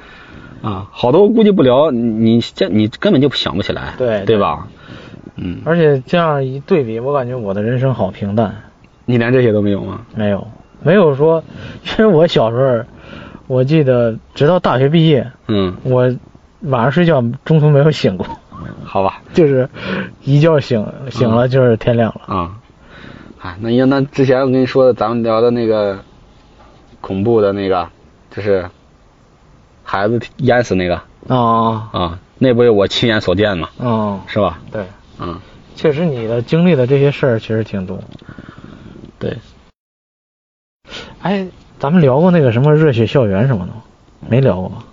S2: 啊，好多估计不聊，你这你根本就想不起来，
S1: 对
S2: 对
S1: 对
S2: 吧？嗯，
S1: 而且这样一对比，我感觉我的人生好平淡，
S2: 你连这些都没有吗？
S1: 没有没有说， 其实我小时候，我记得直到大学毕业，
S2: 嗯，
S1: 我晚上睡觉中途没有醒过，
S2: 好吧，嗯
S1: 就是一觉醒醒了就是天亮了。
S2: 啊、啊，那那那之前我跟你说的，咱们聊的那个恐怖的那个，就是孩子淹死那个
S1: 啊
S2: 啊，那不是我亲眼所见嘛，
S1: 嗯，
S2: 是吧？
S1: 对，
S2: 嗯，
S1: 确实你的经历的这些事儿确实挺多。
S2: 对，
S1: 哎，咱们聊过那个什么热血校园什么的吗？没聊过吧？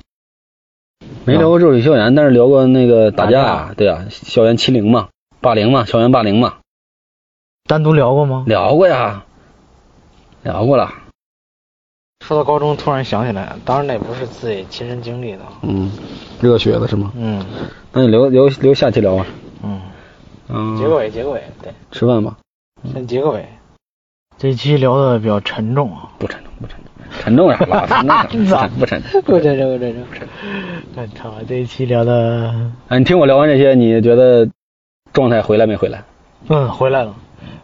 S2: 没聊过热血校园，但是聊过那个打架，
S1: 打
S2: 对啊，校园欺凌嘛，霸凌嘛，校园霸凌嘛，
S1: 单独聊过吗？
S2: 聊过呀，聊过了，
S1: 说到高中，突然想起来，当然那不是自己亲身经历的。
S2: 嗯，热血的是吗？
S1: 嗯
S2: 那你留留留下期聊吧，
S1: 嗯，
S2: 嗯，
S1: 结个尾，结个尾，对，
S2: 吃饭吧，
S1: 先结个尾。嗯这期聊的比较沉重啊，
S2: 不沉重，不沉重，沉 重点吧，啊沉重点 不沉不沉重，
S1: 不沉重，不沉重，不沉重。操，这一期聊的，
S2: 哎，你听我聊完这些，你觉得状态回来没回来？
S1: 嗯，回来了，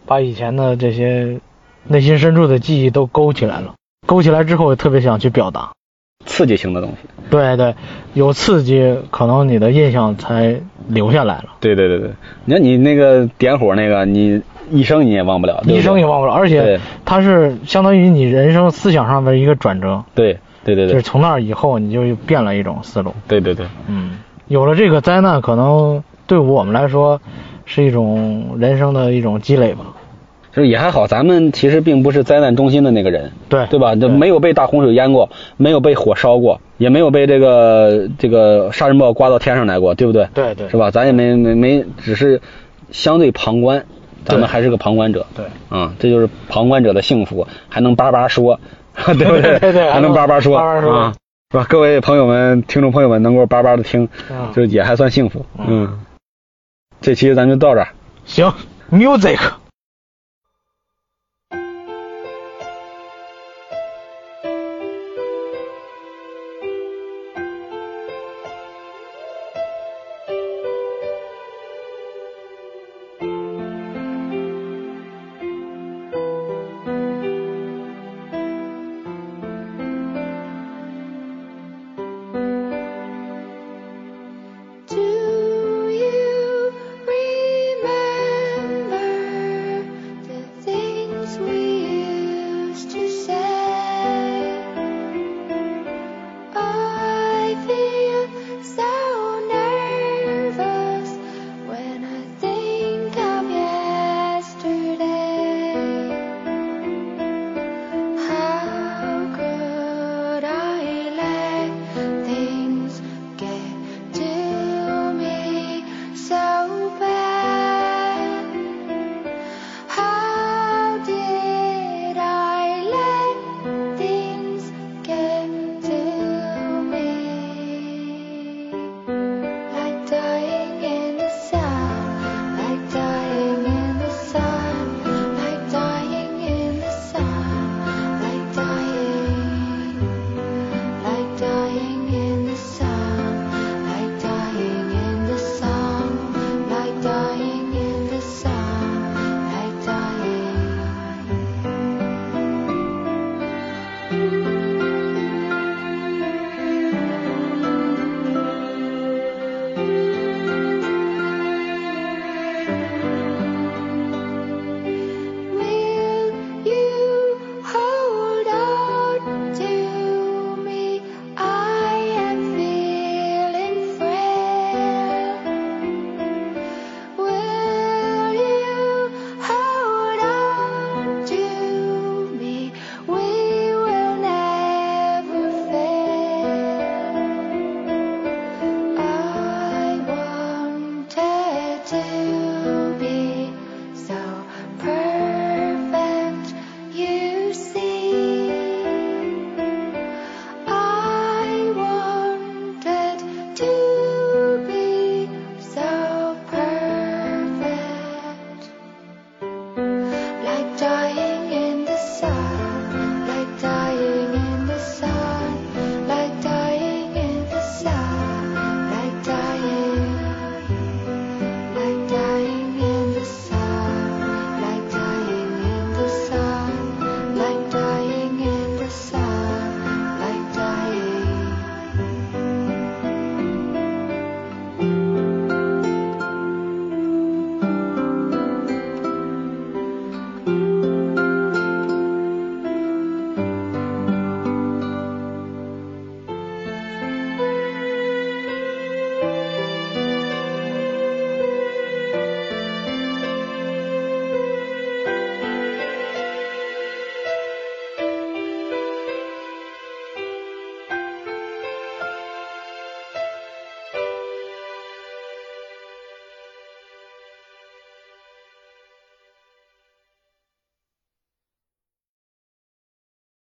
S1: 把以前的这些内心深处的记忆都勾起来了。勾起来之后，特别想去表达。
S2: 刺激性的东西。
S1: 对对，有刺激，可能你的印象才留下来了。
S2: 对对对对，你看你那个点火那个，你一生你也忘不了，对不对
S1: 一生也忘不了，而且
S2: 对
S1: 它是相当于你人生思想上的一个转折，
S2: 对对
S1: 就
S2: 对
S1: 是
S2: 对
S1: 从那以后你就变了一种思路。
S2: 对对对，
S1: 嗯，有了这个灾难，可能对我们来说是一种人生的一种积累吧。
S2: 就是也还好，咱们其实并不是灾难中心的那个人，
S1: 对
S2: 对吧？就没有被大洪水淹过，没有被火烧过，也没有被这个这个杀人豹刮到天上来过，对不对？
S1: 对对
S2: 是吧？咱也没没没，只是相对旁观，咱们
S1: 对
S2: 还是个旁观者。
S1: 对
S2: 嗯，这就是旁观者的幸福，还能叭叭说， 对不
S1: 对对对
S2: 还能叭叭说，
S1: 还能叭叭说
S2: 啊，是吧？各位朋友们、听众朋友们，能够叭叭的听，
S1: 嗯
S2: 就也还算幸福。
S1: 嗯
S2: 嗯，这期咱就到这儿。
S1: 行，music。